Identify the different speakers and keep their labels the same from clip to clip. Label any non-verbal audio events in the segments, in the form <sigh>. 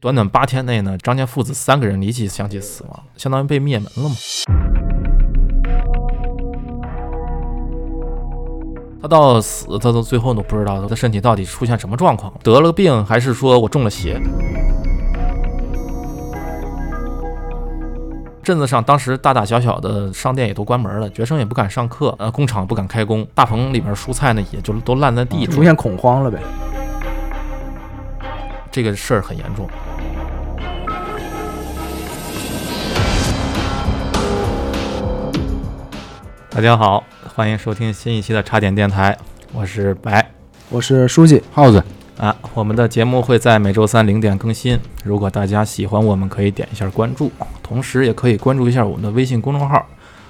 Speaker 1: 短短八天内呢，张家父子三个人离奇相继死亡，相当于被灭门了嘛。他到死，他到最后都不知道他身体到底出现什么状况，得了个病，还是说我中了邪？镇子上当时大大小小的商店也都关门了，学生也不敢上课，呃，工厂不敢开工，大棚里面蔬菜呢也就都烂在地
Speaker 2: 出
Speaker 1: 上，
Speaker 2: 现恐慌了呗。
Speaker 1: 这个事儿很严重。大家好，欢迎收听新一期的茶点电台，我是白。
Speaker 2: 我是书记，
Speaker 3: 耗子，
Speaker 1: 啊，我们的节目会在每周三零点更新。如果大家喜欢我们，可以点一下关注，同时也可以关注一下我们的微信公众号，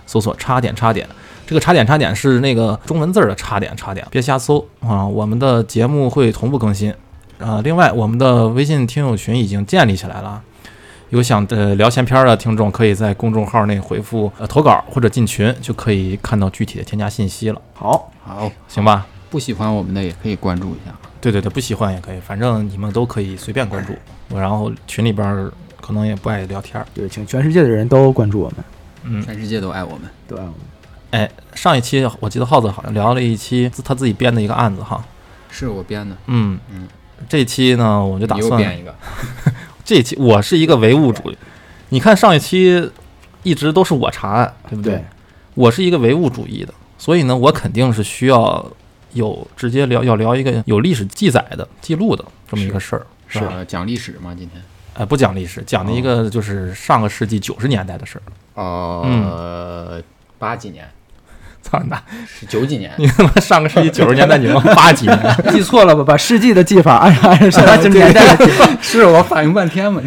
Speaker 1: 搜索“叉点叉点”。这个“叉点叉点”是那个中文字儿的“叉点叉点”，别瞎搜啊。我们的节目会同步更新。啊，另外，我们的微信听友群已经建立起来了，有想呃聊闲篇儿的听众，可以在公众号内回复呃投稿或者进群，就可以看到具体的添加信息了，
Speaker 2: 好，
Speaker 3: 好，
Speaker 1: 行吧？
Speaker 3: 不喜欢我们的也可以关注一下。
Speaker 1: 对对对，不喜欢也可以，反正你们都可以随便关注我。然后群里边儿可能也不爱聊天儿。
Speaker 2: 对，请全世界的人都关注我们，
Speaker 1: 嗯，
Speaker 3: 全世界都爱我们，
Speaker 2: 对吧？
Speaker 1: 哎，上一期我记得耗子好像聊了一期自他自己编的一个案子哈。
Speaker 3: 是我编的，
Speaker 1: 嗯
Speaker 3: 嗯，
Speaker 1: 这期呢我就打
Speaker 3: 你又
Speaker 1: 算
Speaker 3: 编一个，
Speaker 1: 这期我是一个唯物主义。你看上一期一直都是我查案，对不对？
Speaker 2: 对，
Speaker 1: 我是一个唯物主义的，所以呢，我肯定是需要有直接聊要聊一个有历史记载的记录的这么一个事儿。是吧
Speaker 3: 呃讲历史嘛，今天。
Speaker 1: 哎，不讲历史，讲的一个就是上个世纪九十年代的事儿。
Speaker 3: 呃，八几年
Speaker 1: 操你大！
Speaker 3: 是九几年，
Speaker 1: <laughs> 你他妈上个世纪九十年代，你他妈八几年？
Speaker 2: 记错了吧？把世纪的记法哎按上按
Speaker 1: <laughs>
Speaker 2: 上按上年代的记法，
Speaker 3: <laughs> 是我反应半天嘛，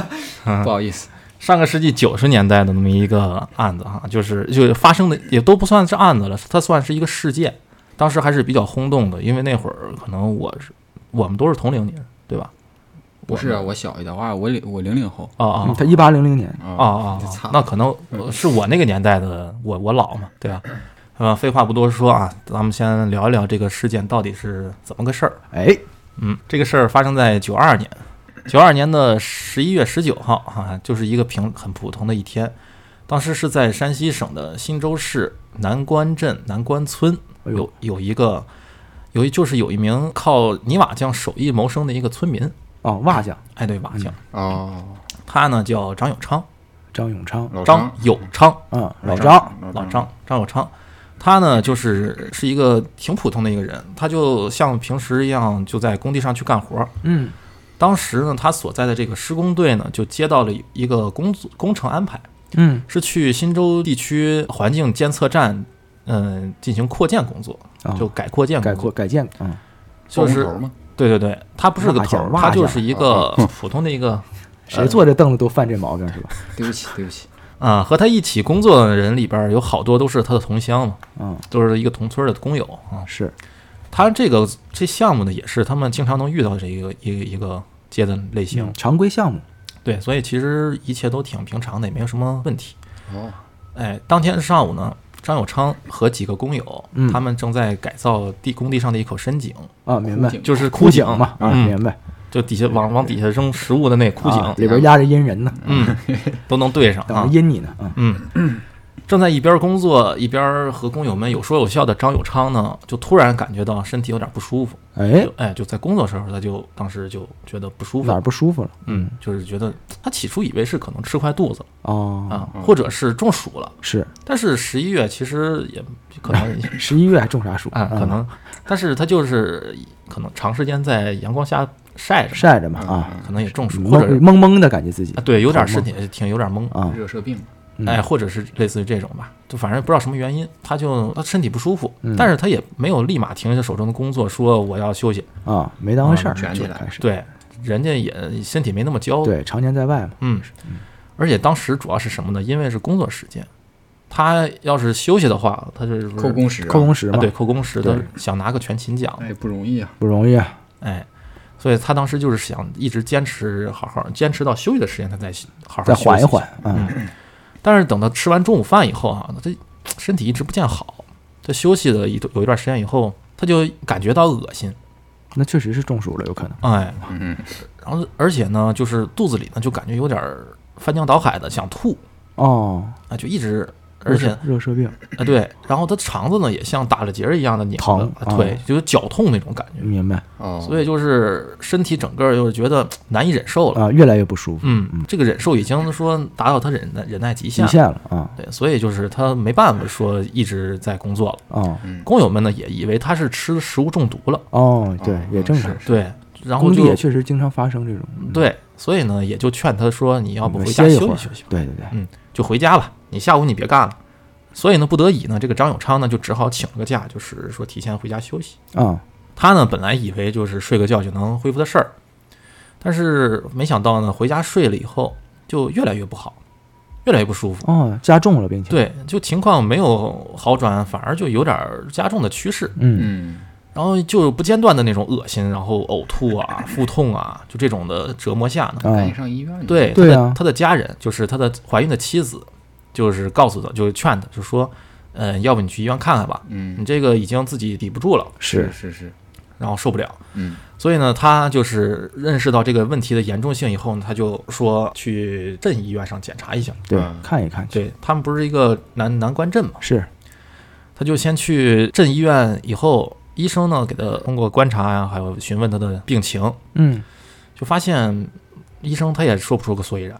Speaker 3: <laughs> 不好意思，
Speaker 1: 啊 <laughs> 上个世纪九十年代的那么一个案子哈，就是就是发生的也都不算是案子了，它算是一个事件。当时还是比较轰动的，因为那会儿可能我是我们都是同龄人，对吧？
Speaker 3: 不是啊
Speaker 1: 我
Speaker 3: 我小一点，哇，我零我零零后
Speaker 1: 哦哦
Speaker 2: 嗯他一八零零年，
Speaker 3: 啊
Speaker 1: 哦哦
Speaker 3: 这
Speaker 1: 哦
Speaker 3: 操，
Speaker 1: 那可能
Speaker 3: 嗯
Speaker 1: 呃是我那个年代的我我老嘛，对
Speaker 3: <laughs>
Speaker 1: 吧？呃，废话不多说啊，咱们先聊一聊这个事件到底是怎么个事儿。
Speaker 2: 哎，
Speaker 1: 嗯，这个事儿发生在九二年，九二年的十一月十九号啊，就是一个平很普通的一天。当时是在山西省的忻州市南关镇南关村，
Speaker 2: 哎呦
Speaker 1: 有有一个有一就是有一名靠泥瓦匠手艺谋生的一个村民，
Speaker 2: 哦，瓦匠
Speaker 1: 哎，对，瓦匠，
Speaker 2: 嗯
Speaker 3: 哦，
Speaker 1: 他呢叫张有昌，
Speaker 2: 张永昌，
Speaker 3: 老
Speaker 1: 张有昌，
Speaker 2: 嗯，老张，
Speaker 1: 老张，张有昌。他呢，就是是一个挺普通的一个人，他就像平时一样，就在工地上去干活儿。
Speaker 2: 嗯，
Speaker 1: 当时呢，他所在的这个施工队呢，就接到了一个工作工程安排，
Speaker 2: 嗯，
Speaker 1: 是去忻州地区环境监测站，嗯、进行扩建工作，
Speaker 2: 啊
Speaker 1: 就改扩建呃
Speaker 2: 改
Speaker 1: 工
Speaker 2: 过
Speaker 1: 作，
Speaker 2: 改建，嗯，
Speaker 1: 就是
Speaker 3: 包工头嘛，
Speaker 1: 对对对，他不是个
Speaker 2: 挖
Speaker 1: 头
Speaker 2: 角
Speaker 1: 儿，
Speaker 2: 挖
Speaker 1: 他就
Speaker 2: 角
Speaker 1: 是一个 <laughs> 普通的一个
Speaker 2: 谁坐这凳子都犯这毛病是
Speaker 1: <laughs>
Speaker 2: 吧？
Speaker 3: 对不起对不起，
Speaker 1: 啊、和他一起工作的人里边儿有好多都是他的同乡嘛，
Speaker 2: 嗯，
Speaker 1: 都是一个同村儿的工友啊。
Speaker 2: 是，
Speaker 1: 他这个这项目呢，也是他们经常能遇到这一个一个一个接的类型，
Speaker 2: 嗯常规项目，
Speaker 1: 对，所以其实一切都挺平常的，也没有什么问题。
Speaker 3: 哦，
Speaker 1: 哎，当天上午呢，张友昌和几个工友，
Speaker 2: 嗯
Speaker 1: 他们正在改造地工地上的一口深井，
Speaker 2: 啊，明白
Speaker 3: 枯，井
Speaker 1: 就是
Speaker 2: 枯
Speaker 1: 枯
Speaker 2: 井
Speaker 1: 井
Speaker 2: 嘛，啊，
Speaker 1: 嗯
Speaker 2: 明白，
Speaker 1: 就底下往往底下扔食物的那枯井，
Speaker 2: 啊里边压着阴人呢，
Speaker 1: 嗯，都能对上
Speaker 2: 等着
Speaker 1: 啊，
Speaker 2: 阴你呢，嗯，
Speaker 1: 嗯。正在一边工作一边和工友们有说有笑的张友昌呢，就突然感觉到身体有点不舒服，
Speaker 2: 哎
Speaker 1: 就，哎，就在工作时候他就当时就觉得不舒
Speaker 2: 哪
Speaker 1: 服
Speaker 2: 儿，不舒服了？
Speaker 1: 嗯，就是觉得他起初以为是可能吃坏肚子
Speaker 2: 哦，
Speaker 1: 啊，或者是中暑了，
Speaker 2: 是
Speaker 1: 但是十一月其实也可
Speaker 2: <laughs>
Speaker 1: 能
Speaker 2: 十一月还中啥暑
Speaker 1: 啊，可
Speaker 2: 嗯
Speaker 1: 能，但是他就是可能长时间在阳光下晒着，
Speaker 2: 晒着嘛
Speaker 3: 嗯
Speaker 2: 啊，
Speaker 1: 可能也中暑，或者
Speaker 2: 懵懵懵的感觉自己
Speaker 1: 啊对，有点
Speaker 2: 头
Speaker 1: 身
Speaker 2: 懵
Speaker 1: 体挺有点懵，
Speaker 2: 啊，
Speaker 3: 热射病，
Speaker 2: 嗯
Speaker 1: 哎，或者是类似于这种吧，就反正不知道什么原因，他就他身体不舒服，
Speaker 2: 嗯
Speaker 1: 但是他也没有立马停下手中的工作，说我要休息，
Speaker 2: 啊，没当回事儿，
Speaker 3: 啊卷
Speaker 2: 就
Speaker 3: 起来
Speaker 2: 开始
Speaker 1: 对，人家也身体没那么焦，
Speaker 2: 对，常年在外嘛，
Speaker 1: 嗯，而且当时主要是什么呢？因为是工作时间，他要是休息的话，他就是
Speaker 3: 扣工时啊，
Speaker 2: 扣工时
Speaker 1: 啊，
Speaker 2: 嘛，
Speaker 1: 对，扣工时，他
Speaker 2: 对
Speaker 1: 想拿个全勤奖，
Speaker 3: 哎不容易啊，
Speaker 2: 不容易啊，
Speaker 1: 哎，所以他当时就是想一直坚持，好好坚持到休息的时间，他再好好
Speaker 2: 再
Speaker 1: 休息下
Speaker 2: 缓一缓。，嗯，
Speaker 1: 但是等到吃完中午饭以后啊，他身体一直不见好，他休息了一段有一段时间以后，他就感觉到恶心，
Speaker 2: 那确实是中暑了，有可能，
Speaker 1: 哎，
Speaker 3: 嗯，
Speaker 1: 然后而且呢，就是肚子里呢就感觉有点儿翻江倒海的想吐
Speaker 2: 哦，
Speaker 1: 啊，就一直，
Speaker 2: 热
Speaker 1: 而且
Speaker 2: 射热射病，
Speaker 1: 啊对，然后他肠子呢也像打了结儿一样的拧
Speaker 2: 疼
Speaker 1: 着，啊对
Speaker 2: 啊，嗯
Speaker 1: 就是绞痛那种感觉，
Speaker 2: 明白
Speaker 3: 哦，
Speaker 1: 所以就是身体整个就是觉得难以忍受了。
Speaker 2: 啊，越来越不舒服，
Speaker 1: 嗯，这个忍受已经说达到他忍耐忍耐极
Speaker 2: 极
Speaker 1: 限了。
Speaker 2: 限了啊
Speaker 1: 对，所以就是他没办法说一直在工作了。
Speaker 2: 哦
Speaker 3: 嗯
Speaker 1: 工友们呢也以为他是吃食物中毒了，
Speaker 2: 哦
Speaker 3: 啊，
Speaker 2: 对，也正常。，
Speaker 3: 是是
Speaker 1: 对，然后
Speaker 2: 工地
Speaker 1: 就
Speaker 2: 也确实经常发生这种，嗯，
Speaker 1: 对，所以呢也就劝他说你要不
Speaker 2: 嗯
Speaker 1: 回家
Speaker 2: 歇
Speaker 1: 休
Speaker 2: 一
Speaker 1: 息
Speaker 2: 会儿
Speaker 1: 休息嗯吧，
Speaker 2: 对对对，
Speaker 1: 就回家吧，你下午你别干了。所以呢，不得已呢，这个张永昌呢就只好请了个假，就是说提前回家休息。
Speaker 2: 啊
Speaker 1: 他呢本来以为就是睡个觉就能恢复的事儿，但是没想到呢，回家睡了以后就越来越不好，越来越不舒服。
Speaker 2: 哦，加重了，并且，
Speaker 1: 对，就情况没有好转，反而就有点儿加重的趋势，
Speaker 2: 嗯
Speaker 3: 嗯，
Speaker 1: 然后就不间断的那种恶心，然后呕吐啊、腹痛啊，就这种的折磨下呢，
Speaker 2: 啊
Speaker 3: 赶紧上医院去。
Speaker 1: 对
Speaker 2: 对啊
Speaker 1: 他的他的家人，就是他的怀孕的妻子，就是告诉他，就是劝他，就说，嗯、要不你去医院看看吧，你
Speaker 3: 嗯，
Speaker 1: 这个已经自己抵不住了，
Speaker 2: 是
Speaker 3: 是是，
Speaker 1: 然后受不了，
Speaker 3: 嗯
Speaker 1: 所以呢，他就是认识到这个问题的严重性以后呢，他就说去镇医院上检查一下。
Speaker 2: 对
Speaker 3: 嗯，
Speaker 2: 看一看去，
Speaker 1: 对他们不是一个南南关镇嘛，
Speaker 2: 是
Speaker 1: 他就先去镇医院，以后医生呢给他通过观察呀、还有询问他的病情，
Speaker 2: 嗯
Speaker 1: 就发现医生他也说不出个所以然。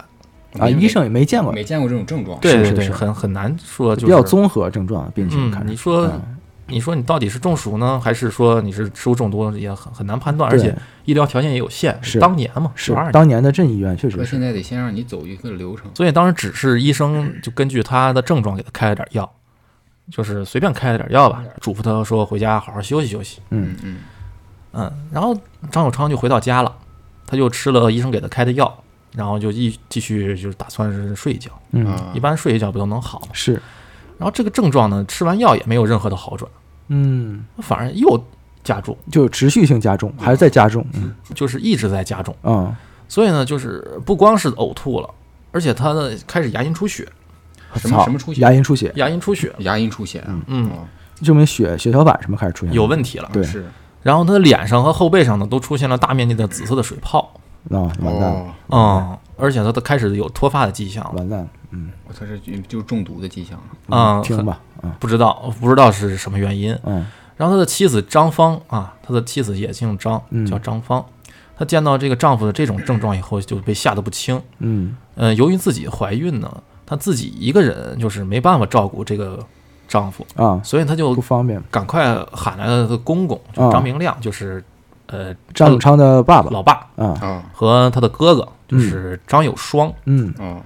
Speaker 2: 啊，医生也没见过，
Speaker 3: 没见过这种症状，
Speaker 1: 对
Speaker 2: 是
Speaker 1: 对
Speaker 2: 是
Speaker 1: 对，
Speaker 2: 是
Speaker 1: 很很难说就是
Speaker 2: 比较综合症状，病
Speaker 1: 嗯
Speaker 2: 情看着，
Speaker 1: 你说
Speaker 2: 嗯
Speaker 1: 你说你到底是中暑呢，还是说你是食物中毒，也很很难判断，而
Speaker 2: 对
Speaker 1: 且医疗条件也有限。
Speaker 2: 是
Speaker 1: 当年嘛，
Speaker 2: 是
Speaker 1: 92年呃
Speaker 2: 当年的镇医院确实
Speaker 3: 可
Speaker 2: 是
Speaker 3: 现在得先让你走一个流程。
Speaker 1: 所以当时只是医生就根据他的症状给他开了点药，就是随便开了点药吧，嘱咐他说回家好好休息休息。
Speaker 2: 嗯
Speaker 3: 嗯嗯，
Speaker 1: 嗯，然后张友昌就回到家了，他就吃了医生给他开的药，然后就一继续就是打算是睡一觉，
Speaker 2: 嗯
Speaker 3: 啊
Speaker 1: 一般睡一觉不都能好吗？
Speaker 2: 是
Speaker 1: 然后这个症状呢，吃完药也没有任何的好转，
Speaker 2: 嗯，
Speaker 1: 反而又加重，
Speaker 2: 就持续性加重，还是在加重，嗯
Speaker 1: 就是一直在加重。
Speaker 2: 啊，
Speaker 1: 所以呢，就是不光是呕吐了，而且他呢开始牙龈出血，
Speaker 3: 什么
Speaker 2: 操
Speaker 3: 什么出血
Speaker 2: 牙龈出血，
Speaker 1: 牙龈出血，
Speaker 3: 牙龈出血啊，
Speaker 1: 嗯，
Speaker 3: 哦
Speaker 2: 证明血血小板什么开始出现
Speaker 1: 有
Speaker 2: 问
Speaker 1: 问题了。
Speaker 2: 对
Speaker 3: 是
Speaker 1: 然后他的脸上和后背上呢都出现了大面积的紫色的水泡，
Speaker 2: 啊，完蛋了，
Speaker 3: 哦，
Speaker 1: 嗯，而且他都开始有脱发的迹象了，
Speaker 2: 完蛋了，嗯
Speaker 3: 他是就是中毒的迹象了。
Speaker 1: 啊
Speaker 2: 听吧，啊
Speaker 1: 不知道不知道是什么原因。
Speaker 2: 嗯
Speaker 1: 然后他的妻子张芳啊，他的妻子也姓张，
Speaker 2: 嗯
Speaker 1: 叫张芳。她见到这个丈夫的这种症状以后，就被吓得不轻。
Speaker 2: 嗯
Speaker 1: 嗯、由于自己怀孕呢，她自己一个人就是没办法照顾这个丈夫，
Speaker 2: 啊，
Speaker 1: 所以她就
Speaker 2: 不方便，
Speaker 1: 赶快喊来了她的公公，就
Speaker 2: 啊
Speaker 1: 张明亮，就是呃
Speaker 2: 张永昌的爸爸
Speaker 1: 老爸
Speaker 2: 啊，
Speaker 3: 啊
Speaker 1: 和他的哥哥，就是张友双。
Speaker 2: 嗯
Speaker 3: 哦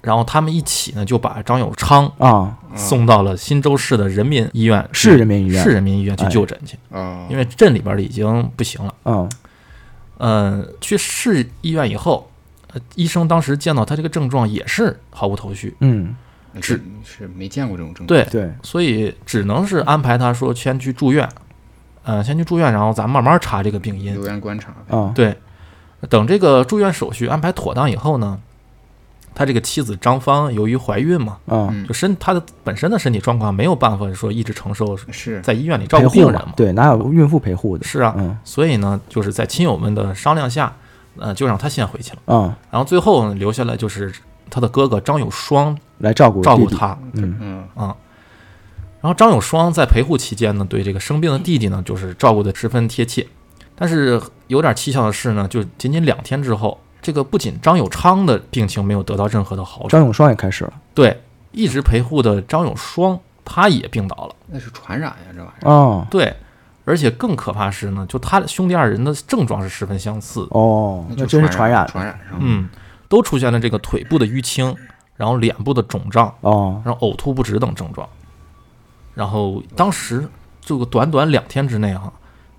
Speaker 1: 然后他们一起呢，就把张友昌
Speaker 2: 啊，
Speaker 1: 送到了新州市的人民医院，
Speaker 2: 市人民医院哎
Speaker 1: 市人民医院去就诊去，
Speaker 3: 啊，
Speaker 1: 因为镇里边的已经不行了。
Speaker 2: 啊
Speaker 1: 嗯，去市医院以后，呃医生当时见到他这个症状也是毫无头绪，
Speaker 2: 嗯
Speaker 3: 那
Speaker 1: 只
Speaker 3: 真是没见过这种症状。
Speaker 1: 对，
Speaker 2: 对，
Speaker 1: 所以只能是安排他说先去住院，呃，先去住院，然后咱慢慢查这个病因
Speaker 3: 留。院观察呗。
Speaker 2: 啊
Speaker 1: 对，等这个住院手续安排妥当以后呢，他这个妻子张芳由于怀孕嘛，
Speaker 2: 啊，
Speaker 3: 嗯
Speaker 1: 就身她的本身的身体状况没有办法说一直承受
Speaker 3: 是
Speaker 1: 在医院里照
Speaker 2: 陪
Speaker 1: 顾病
Speaker 2: 护
Speaker 1: 人
Speaker 2: 嘛
Speaker 1: 嘛，，
Speaker 2: 对，哪有孕妇陪护的？
Speaker 1: 是啊，
Speaker 2: 嗯
Speaker 1: 所以呢，就是在亲友们的商量下，呃，就让她先回去了，
Speaker 2: 啊，
Speaker 1: 然后最后留下来就是她的哥哥张友双
Speaker 2: 来照顾
Speaker 1: 照顾
Speaker 2: 弟弟，
Speaker 1: 她
Speaker 2: 嗯
Speaker 3: 嗯
Speaker 1: 啊。然后张友双在陪护期间呢，对这个生病的弟弟呢，就是照顾的十分贴切。但是有点蹊跷的是呢，就仅仅两天之后，这个不仅张友昌的病情没有得到任何的好转，
Speaker 2: 张永双也开始了
Speaker 1: 对一直陪护的张友双他也病倒了。
Speaker 3: 那是传染呀，这玩意儿。
Speaker 2: 啊，
Speaker 1: 对，而且更可怕是呢，就他兄弟二人的症状是十分相似的，
Speaker 2: 哦，那
Speaker 3: 就
Speaker 2: 真是
Speaker 3: 传
Speaker 2: 传染了
Speaker 3: 传染上了。
Speaker 1: 嗯，都出现了这个腿部的淤青，然后脸部的肿胀，
Speaker 2: 哦，
Speaker 1: 然后呕吐不止等症状。然后当时就短短两天之内哈、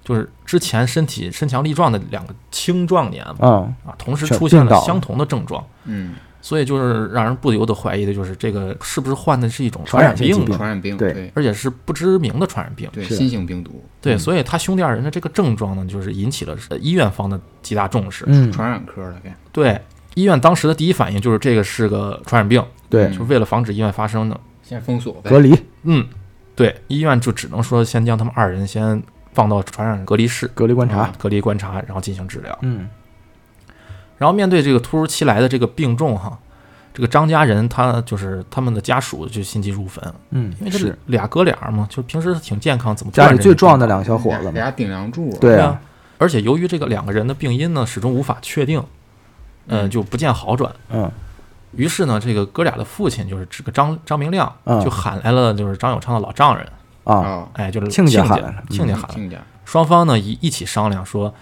Speaker 1: 就是之前身体身强力壮的两个青壮年嘛
Speaker 2: 啊，
Speaker 1: 啊，同时
Speaker 2: 全
Speaker 1: 出现
Speaker 2: 病
Speaker 1: 了
Speaker 2: 倒了
Speaker 1: 相同的症状，
Speaker 3: 嗯，
Speaker 1: 所以就是让人不由得怀疑的就是这个是不是患的是一种
Speaker 2: 传染性疾
Speaker 1: 病
Speaker 2: 病
Speaker 1: 呢，
Speaker 3: 传染病
Speaker 2: 对
Speaker 3: 对
Speaker 1: 而且是不知名的传染病。
Speaker 3: 对
Speaker 2: 是
Speaker 3: 新型病毒
Speaker 1: 对，
Speaker 2: 嗯
Speaker 1: 所以他兄弟二人的这个症状呢，就是引起了呃医院方的极大重视。
Speaker 2: 嗯，
Speaker 3: 传染科了该。
Speaker 1: 对，医院当时的第一反应就是这个是个传染病，
Speaker 2: 对
Speaker 3: 嗯，
Speaker 1: 就为了防止医院发生的。
Speaker 3: 先封锁呗
Speaker 2: 隔。离
Speaker 1: 嗯，对，医院就只能说先将他们二人先放到传染隔离室
Speaker 2: 隔离观察
Speaker 1: 啊，隔离观察，然后进行治疗。
Speaker 2: 嗯
Speaker 1: 然后面对这个突如其来的这个病重哈，这个张家人他就是他们的家属就心急如焚，
Speaker 2: 嗯
Speaker 1: 因为，这
Speaker 2: 是
Speaker 1: 俩哥俩嘛，就是平时挺健康，怎么突
Speaker 2: 家
Speaker 1: 然
Speaker 2: 里
Speaker 1: 之
Speaker 2: 最
Speaker 1: 间
Speaker 2: 壮的两个小伙
Speaker 3: 俩
Speaker 2: 子嘛，
Speaker 3: 俩顶梁柱啊，
Speaker 2: 对
Speaker 1: 对
Speaker 2: 啊，
Speaker 1: 而且由于这个两个人的病因呢，始终无法确定，呃，
Speaker 3: 嗯
Speaker 1: 就不见好转。
Speaker 2: 嗯
Speaker 1: 于是呢，这个哥俩的父亲就是这个张张明亮，
Speaker 2: 嗯
Speaker 1: 就喊来了就是张友昌的老丈人，
Speaker 2: 啊，
Speaker 3: 啊，
Speaker 1: 哎，就是
Speaker 2: 亲家
Speaker 1: 家
Speaker 2: 喊来了
Speaker 1: 亲家
Speaker 3: 嗯
Speaker 1: 喊来了。
Speaker 3: 亲家，
Speaker 1: 双方呢一一起商量说，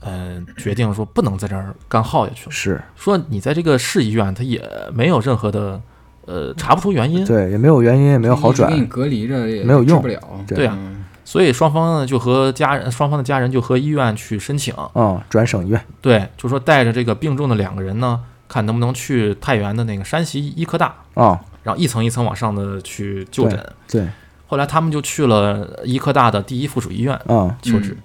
Speaker 1: 呃，决定说不能在这儿干耗下去了。
Speaker 2: 是
Speaker 1: 说你在这个市医院，他也没有任何的，呃，查不出原因。
Speaker 2: 对，也没有原因，也没有好转
Speaker 3: 一直，给你隔离着也
Speaker 2: 没有用
Speaker 3: 治不了，
Speaker 2: 对
Speaker 1: 对啊
Speaker 3: 嗯
Speaker 1: 所以双方呢就和家人，双方的家人就和医院去申请，
Speaker 2: 嗯，转省医院，
Speaker 1: 对，就说带着这个病重的两个人呢，看能不能去太原的那个山西医科大，
Speaker 2: 啊，
Speaker 1: 然后一层一层往上的去就诊。
Speaker 2: 对，
Speaker 1: 后来他们就去了呃医科大的第一附属医院
Speaker 2: 啊，
Speaker 1: 求治。
Speaker 3: 嗯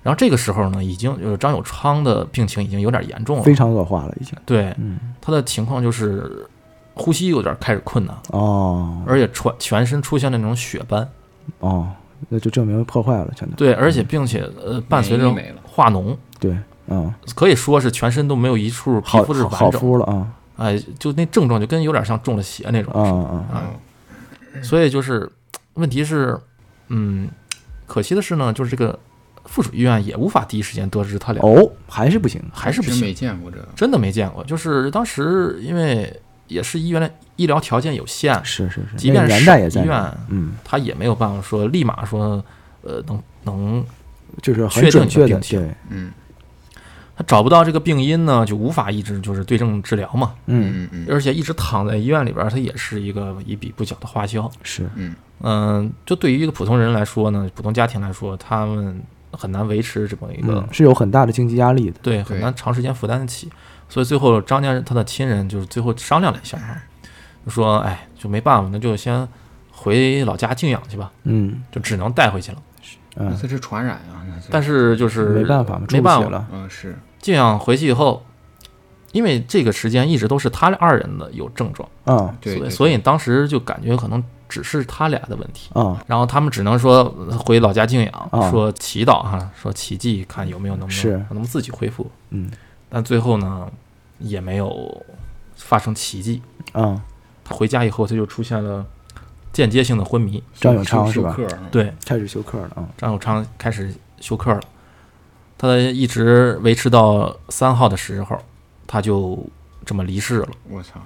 Speaker 1: 然后这个时候呢，已经就是张友昌的病情已经有点严重了
Speaker 2: 非，常恶化了已经，
Speaker 1: 对
Speaker 2: 嗯，
Speaker 1: 他的情况就是呼吸有点开始困难，
Speaker 2: 哦
Speaker 1: 而且全全身出现那种血斑，
Speaker 2: 哦，那就证明破坏了，全都，
Speaker 1: 对，而且并且呃伴随
Speaker 2: 嗯
Speaker 1: 着
Speaker 3: 免疫没了
Speaker 1: 化脓，
Speaker 2: 对，嗯，
Speaker 1: 可以说是全身都没有一处皮
Speaker 2: 好
Speaker 1: 肤是
Speaker 2: 好
Speaker 1: 完
Speaker 2: 好
Speaker 1: 整，
Speaker 2: 夫了啊，
Speaker 1: 哎，就那症状就跟有点像中了邪那种
Speaker 2: 啊啊，
Speaker 1: 啊，
Speaker 3: 嗯
Speaker 1: 所以就是问题是，嗯，可惜的是呢，就是这个附属医院也无法第一时间得知他俩，
Speaker 2: 哦，还是不行，
Speaker 1: 还是不
Speaker 3: 真
Speaker 1: 行，
Speaker 3: 没见过这个，
Speaker 1: 真的没见过，就是当时因为也是医院的医疗条件有限，
Speaker 2: 是是是，
Speaker 1: 即
Speaker 2: 那
Speaker 1: 便
Speaker 2: 个
Speaker 1: 是
Speaker 2: 年代也在
Speaker 1: 医
Speaker 2: 那儿，
Speaker 1: 院，
Speaker 2: 嗯，
Speaker 1: 他也没有办法说立马说，呃，能能
Speaker 2: 就是
Speaker 1: 确定
Speaker 2: 很准
Speaker 1: 你的
Speaker 2: 确的，
Speaker 1: 病情
Speaker 2: 对，
Speaker 3: 嗯
Speaker 1: 他找不到这个病因呢，就无法一直就是对症治疗嘛，
Speaker 2: 嗯，
Speaker 3: 嗯嗯
Speaker 1: 而且一直躺在医院里边儿，他也是一个一笔不小的花销。
Speaker 2: 是，
Speaker 3: 嗯，
Speaker 1: 嗯，就对于一个普通人来说呢，普通家庭来说，他们很难维持这么一个、
Speaker 2: 嗯，是有很大的经济压力的，
Speaker 1: 对，很难长时间负担得起。所以最后张家人他的亲人就是最后商量了一下啊，就说哎，就没办法，那就先回老家静养去吧，
Speaker 2: 嗯
Speaker 1: 就只能带回去了。
Speaker 3: 那
Speaker 2: 嗯，
Speaker 3: 这是传染啊，那是
Speaker 1: 但是就是
Speaker 2: 没办法嘛，
Speaker 1: 没
Speaker 2: 出不
Speaker 1: 办
Speaker 2: 去
Speaker 1: 法，
Speaker 2: 了，
Speaker 3: 嗯是，
Speaker 1: 静养回去以后，因为这个时间一直都是他俩二人的有症状，
Speaker 2: 啊
Speaker 3: 对，
Speaker 1: 所以
Speaker 3: 对
Speaker 1: 所以当时就感觉可能只是他俩的问题。
Speaker 2: 啊，
Speaker 1: 然后他们只能说呃回老家静养，
Speaker 2: 啊
Speaker 1: 说祈祷哈、说奇迹，看有没有能不
Speaker 2: 是
Speaker 1: 能能不能自己恢复。
Speaker 2: 嗯
Speaker 1: 但最后呢，也没有发生奇迹。
Speaker 2: 啊，
Speaker 1: 他回家以后，他就出现了间接性的昏迷。
Speaker 2: 张
Speaker 3: 休
Speaker 2: 永昌是
Speaker 3: 休
Speaker 2: 吧
Speaker 3: 克啊
Speaker 1: 对，
Speaker 2: 开始休克了啊，
Speaker 1: 张友昌开始休克了，他一直维持到三号的时候，他就这么离世了。
Speaker 3: 我操，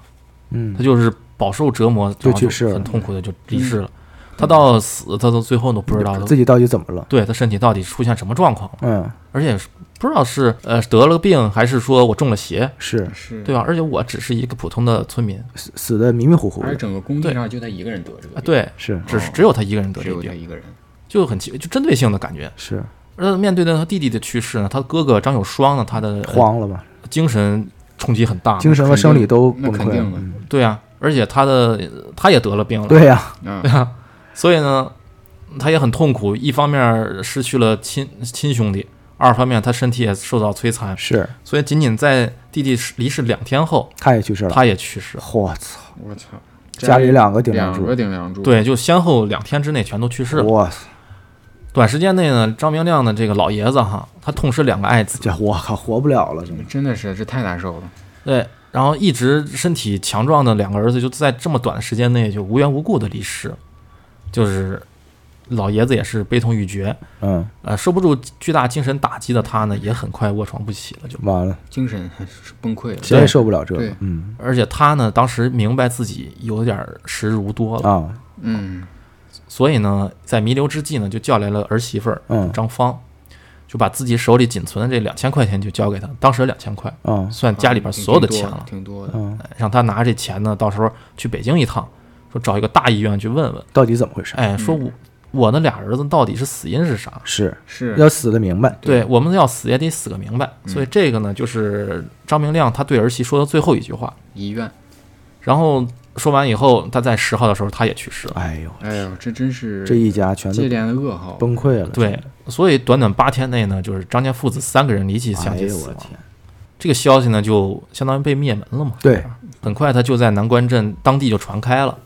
Speaker 2: 嗯
Speaker 1: 他，就是饱受折磨，
Speaker 2: 就
Speaker 1: 然后
Speaker 2: 去世了
Speaker 1: 很痛苦的就离世了。他到死，他到最后都不知道
Speaker 2: 自己到底怎么了，
Speaker 1: 嗯对他身体到底出现什么状况了，
Speaker 2: 嗯，
Speaker 1: 而且是不知道是呃得了病还是说我中了邪，
Speaker 2: 是
Speaker 3: 是
Speaker 1: 对吧？啊而且我只是一个普通的村民
Speaker 2: 死死的迷迷糊糊
Speaker 3: 而且
Speaker 2: 的，
Speaker 3: 整个工地
Speaker 1: 对
Speaker 3: 上就他一个人得这个
Speaker 1: 啊，
Speaker 3: 病，
Speaker 1: 对，
Speaker 2: 是
Speaker 1: 只是
Speaker 3: 哦
Speaker 1: 只有他一个人得
Speaker 3: 只
Speaker 1: 这个
Speaker 3: 有他
Speaker 1: 病，
Speaker 3: 一个人，
Speaker 1: 就很奇就针对性的感觉。
Speaker 2: 是
Speaker 1: 而面对的他弟弟的去世呢，他哥哥张友双呢，他的呃
Speaker 2: 慌了吧，
Speaker 1: 精神冲击很大，
Speaker 2: 精神和生理都崩
Speaker 3: 那肯
Speaker 2: 溃
Speaker 3: 定
Speaker 2: 了，
Speaker 3: 的
Speaker 2: 嗯
Speaker 1: 对啊，而且他的呃他也得了病了，
Speaker 2: 对呀，
Speaker 3: 嗯
Speaker 1: <laughs> 对啊，所以呢，他也很痛苦。一方面失去了亲亲兄弟，二方面他身体也受到摧残，
Speaker 2: 是
Speaker 1: 所以仅仅在弟弟离世两天后，
Speaker 2: 他也去世了，
Speaker 1: 他也去世了。
Speaker 2: 我操，
Speaker 3: 我操，
Speaker 2: 家里两个顶梁
Speaker 3: 两
Speaker 2: 柱
Speaker 3: 个，顶梁柱，，
Speaker 1: 对，就先后两天之内全都去世了。
Speaker 2: 我操，
Speaker 1: 短时间内呢，张明亮的这个老爷子哈，他痛失两个爱子，
Speaker 2: 这我靠活不了了，真的，
Speaker 3: 真的是这太难受了，
Speaker 1: 对，然后一直身体强壮的两个儿子，就在这么短的时间内就无缘无故的离世，就是老爷子也是悲痛欲绝，
Speaker 2: 嗯，
Speaker 1: 呃，受不住巨大精神打击的他呢，也很快卧床不起了，就。
Speaker 2: 嗯完了，
Speaker 3: 精神是崩溃了，
Speaker 2: 谁也受不了这
Speaker 3: 对
Speaker 2: 个，嗯
Speaker 1: 而且他呢，当时明白自己有点儿时日无多了，
Speaker 2: 啊，
Speaker 3: 嗯，
Speaker 1: 所以呢，在弥留之际呢，就叫来了儿媳妇儿
Speaker 2: 嗯
Speaker 1: 张芳，就把自己手里仅存的这两千块钱就交给他，当时两千块
Speaker 2: 啊
Speaker 1: 算家里边所有的钱了，
Speaker 3: 挺多的，
Speaker 2: 嗯，
Speaker 1: 让他拿这钱呢，到时候去北京一趟，说找一个大医院去问问，
Speaker 2: 到底怎么回事？
Speaker 1: 哎，说我我那俩儿子到底是死因是啥？
Speaker 2: 是
Speaker 3: 是
Speaker 2: 要死的明白，
Speaker 1: 对我们要死也得死个明白，所以这个呢，就是张明亮他对儿媳说的最后一句话。
Speaker 3: 医院，
Speaker 1: 然后说完以后，他在十号的时候他也去世了。
Speaker 2: 哎呦，
Speaker 3: 哎呦，这真是
Speaker 2: 这一家全
Speaker 3: 接
Speaker 2: 都
Speaker 3: 连的噩耗，
Speaker 2: 崩溃了，
Speaker 1: 对，所以短短八天内呢，就是张家父子三个人离奇相
Speaker 2: 哎
Speaker 1: 继
Speaker 2: 呦
Speaker 1: 死
Speaker 2: 我的
Speaker 1: 亡。
Speaker 2: 天，
Speaker 1: 这个消息呢，就相当于被灭门了嘛。
Speaker 2: 对，
Speaker 1: 很快他就在南关镇当地就传开了，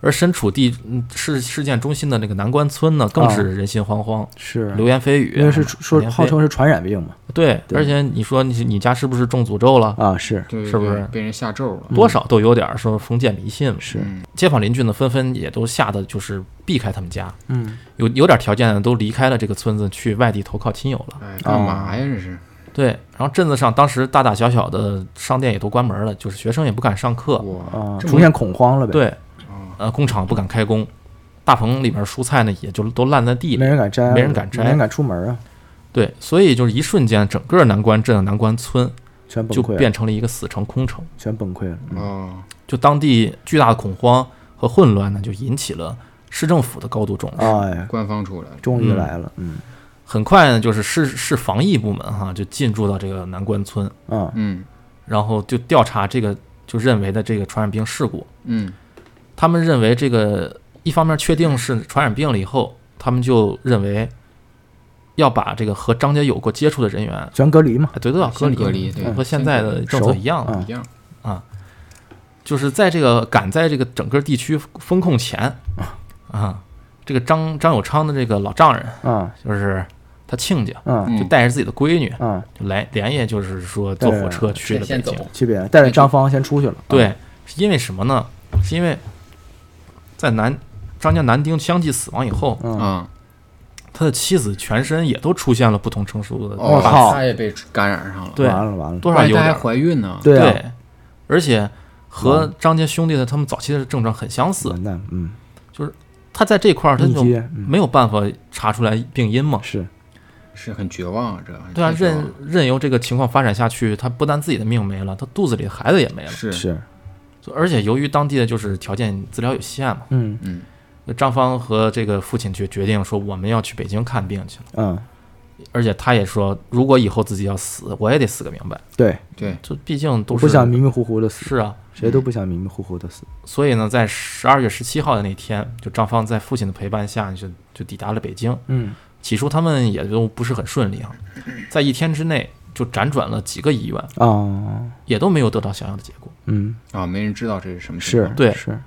Speaker 1: 而身处地嗯事事件中心的那个南关村呢，更
Speaker 2: 啊
Speaker 1: 是人心惶惶，
Speaker 2: 是，啊
Speaker 1: 流啊言蜚语。
Speaker 2: 因为是说
Speaker 1: 流言蜚
Speaker 2: 号称是传染病嘛，
Speaker 1: 对，
Speaker 2: 对
Speaker 1: 而且你说你你家是不是中诅咒了？
Speaker 2: 啊是
Speaker 3: 对，
Speaker 1: 是不
Speaker 3: 对
Speaker 1: 是
Speaker 3: 被人下咒了？
Speaker 1: 多少都有点儿说封建迷信嘛。
Speaker 2: 嗯是，
Speaker 3: 嗯，
Speaker 1: 街坊邻居呢，纷纷也都吓得就是避开他们家，
Speaker 2: 嗯，
Speaker 1: 有有点条件的都离开了这个村子，去外地投靠亲友了。
Speaker 3: 哎，干嘛呀？这是
Speaker 1: 对，然后镇子上当时大大小小的商店也都关门了，就是学生也不敢上课，
Speaker 3: 我哦
Speaker 2: 啊
Speaker 3: 这
Speaker 2: 出现恐慌了呗，，
Speaker 1: 对，呃，工厂不敢开工，大棚里面蔬菜呢也就都烂在地
Speaker 2: 没
Speaker 1: 里。
Speaker 2: 人敢摘，
Speaker 1: 没人敢摘
Speaker 2: 没人敢出门啊，
Speaker 1: 对，所以就是一瞬间，整个南关镇的南关村
Speaker 2: 全崩
Speaker 1: 就
Speaker 2: 溃了，
Speaker 1: 变成了一个死城空城，
Speaker 2: 全崩溃了，嗯
Speaker 3: 哦，
Speaker 1: 就当地巨大的恐慌和混乱呢，就引起了市政府的高度重视。
Speaker 2: 哎呀，
Speaker 3: 官方出来了，
Speaker 2: 终于
Speaker 1: 嗯
Speaker 2: 来了，嗯
Speaker 1: 很快呢，就是市市防疫部门哈、就进驻到这个南关村，
Speaker 2: 啊
Speaker 3: 嗯
Speaker 1: 然后就调查这个就认为的这个传染病事故。
Speaker 3: 嗯
Speaker 1: 他们认为这个一方面确定是传染病了以后，他们就认为要把这个和张家有过接触的人员，啊
Speaker 2: 全隔离嘛，
Speaker 1: 对，都要隔离，
Speaker 3: 先隔离对
Speaker 1: 和现在的政策一样的，
Speaker 2: 啊
Speaker 3: 一样，
Speaker 1: 就是在这个赶在这个整个地区封控前啊，这个张张友昌的这个老丈人，
Speaker 2: 啊
Speaker 1: 就是他亲家，
Speaker 2: 啊
Speaker 3: 嗯
Speaker 1: 就带着自己的闺女，
Speaker 2: 啊，
Speaker 1: 就来连夜就是说坐火车去了北
Speaker 3: 先走
Speaker 1: 京。，
Speaker 2: 区别带着张芳先出去了，啊，
Speaker 1: 对，是因为什么呢？是因为在南张家南丁相继死亡以后，
Speaker 2: 嗯
Speaker 3: 啊，
Speaker 1: 他的妻子全身也都出现了不同程度的
Speaker 2: 哦
Speaker 1: 发
Speaker 2: 靠
Speaker 3: 嗯他也被感染上了，
Speaker 1: 对
Speaker 2: 完了完了，
Speaker 1: 多少有点
Speaker 3: 她还
Speaker 1: 儿
Speaker 3: 怀孕呢，
Speaker 2: 对啊，
Speaker 1: 对，而且和张家兄弟的他们早期的症状很相似。
Speaker 2: 完蛋，嗯，
Speaker 1: 他在这块儿他
Speaker 2: 密
Speaker 1: 就
Speaker 2: 接，嗯
Speaker 1: 没有办法查出来病因嘛。
Speaker 2: 是
Speaker 3: 是很绝望啊，这
Speaker 1: 对啊，
Speaker 3: 很绝望
Speaker 1: 任任由这个情况发展下去，他不但自己的命没了，他肚子里的孩子也没了。
Speaker 3: 是
Speaker 2: 是，
Speaker 1: 而且由于当地的就是条件资料有限嘛，
Speaker 2: 嗯
Speaker 3: 嗯
Speaker 1: 张芳和这个父亲就决定说，我们要去北京看病去了。
Speaker 2: 嗯，
Speaker 1: 而且他也说，如果以后自己要死，我也得死个明白。
Speaker 2: 对，
Speaker 3: 对，
Speaker 1: 这毕竟都
Speaker 2: 我
Speaker 1: 是
Speaker 2: 不想迷迷糊糊的死，
Speaker 1: 是啊，
Speaker 2: 谁都不想迷迷糊糊的死，
Speaker 1: 所以呢，在十二月十七号的那天，就张芳在父亲的陪伴下就就抵达了北京。
Speaker 2: 嗯
Speaker 1: 起初他们也都不是很顺利啊，在一天之内就辗转了几个医院，
Speaker 2: 啊，
Speaker 1: 也都没有得到想要的结果。
Speaker 2: 嗯，
Speaker 3: 啊，没人知道这是什么情
Speaker 2: 是，
Speaker 3: 况，
Speaker 1: 对
Speaker 2: 是，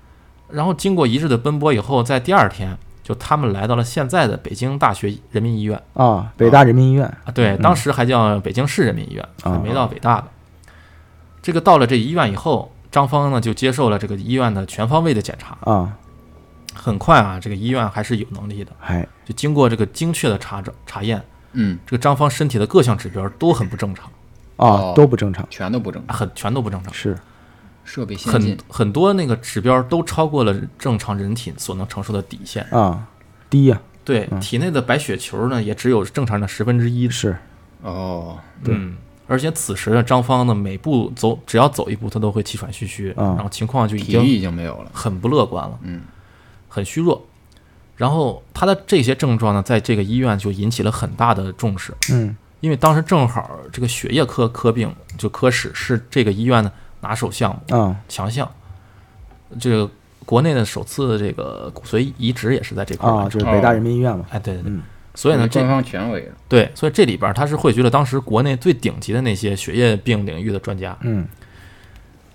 Speaker 1: 然后经过一日的奔波以后，在第二天，就他们来到了现在的北京大学人民医院
Speaker 2: 啊，北大人民医院，
Speaker 1: 啊，对，当时还叫北京市人民医院，还没到北大的。这个到了这医院以后，张芳呢就接受了这个医院的全方位的检查。
Speaker 2: 啊，
Speaker 1: 很快啊，这个医院还是有能力的，
Speaker 2: 还啊
Speaker 1: 就经过这个精确的查证查验，
Speaker 3: 嗯，
Speaker 1: 这个张芳身体的各项指标都很不正常，
Speaker 2: 啊
Speaker 3: 哦
Speaker 2: 都不正常，
Speaker 3: 全都不正常，
Speaker 1: 很全都不正常，
Speaker 2: 是
Speaker 3: 设备先
Speaker 1: 啊很
Speaker 3: 进，
Speaker 1: 很多那个指标都超过了正常人体所能承受的底线。
Speaker 2: 啊，低呀，
Speaker 1: 对，
Speaker 3: 嗯
Speaker 1: 体内的白血球呢也只有正常人的十分之一。
Speaker 2: 是
Speaker 3: 哦，
Speaker 1: 嗯，而且此时呢，张芳呢每步走只要走一步，她都会气喘吁吁，
Speaker 2: 啊
Speaker 1: 然后情况就已
Speaker 3: 嗯体力
Speaker 1: 经
Speaker 3: 已经没有了，
Speaker 1: 很不乐观了，
Speaker 3: 嗯，
Speaker 1: 很虚弱。然后她的这些症状呢，在这个医院就引起了很大的重视。
Speaker 2: 嗯
Speaker 1: 因为当时正好这个血液科科病就科室是这个医院的拿手项目
Speaker 2: 啊
Speaker 1: 强项，这个国内的首次这个骨髓移植也是在这块儿
Speaker 2: 啊，
Speaker 1: 完
Speaker 2: 就
Speaker 1: 成。
Speaker 2: 是北大人民医院嘛，
Speaker 1: 哎，对对对，
Speaker 2: 嗯
Speaker 1: 所以呢，
Speaker 3: 官
Speaker 1: 这
Speaker 3: 方权威了，
Speaker 1: 对，所以这里边它是汇聚了当时国内最顶级的那些血液病领域的专家。
Speaker 2: 嗯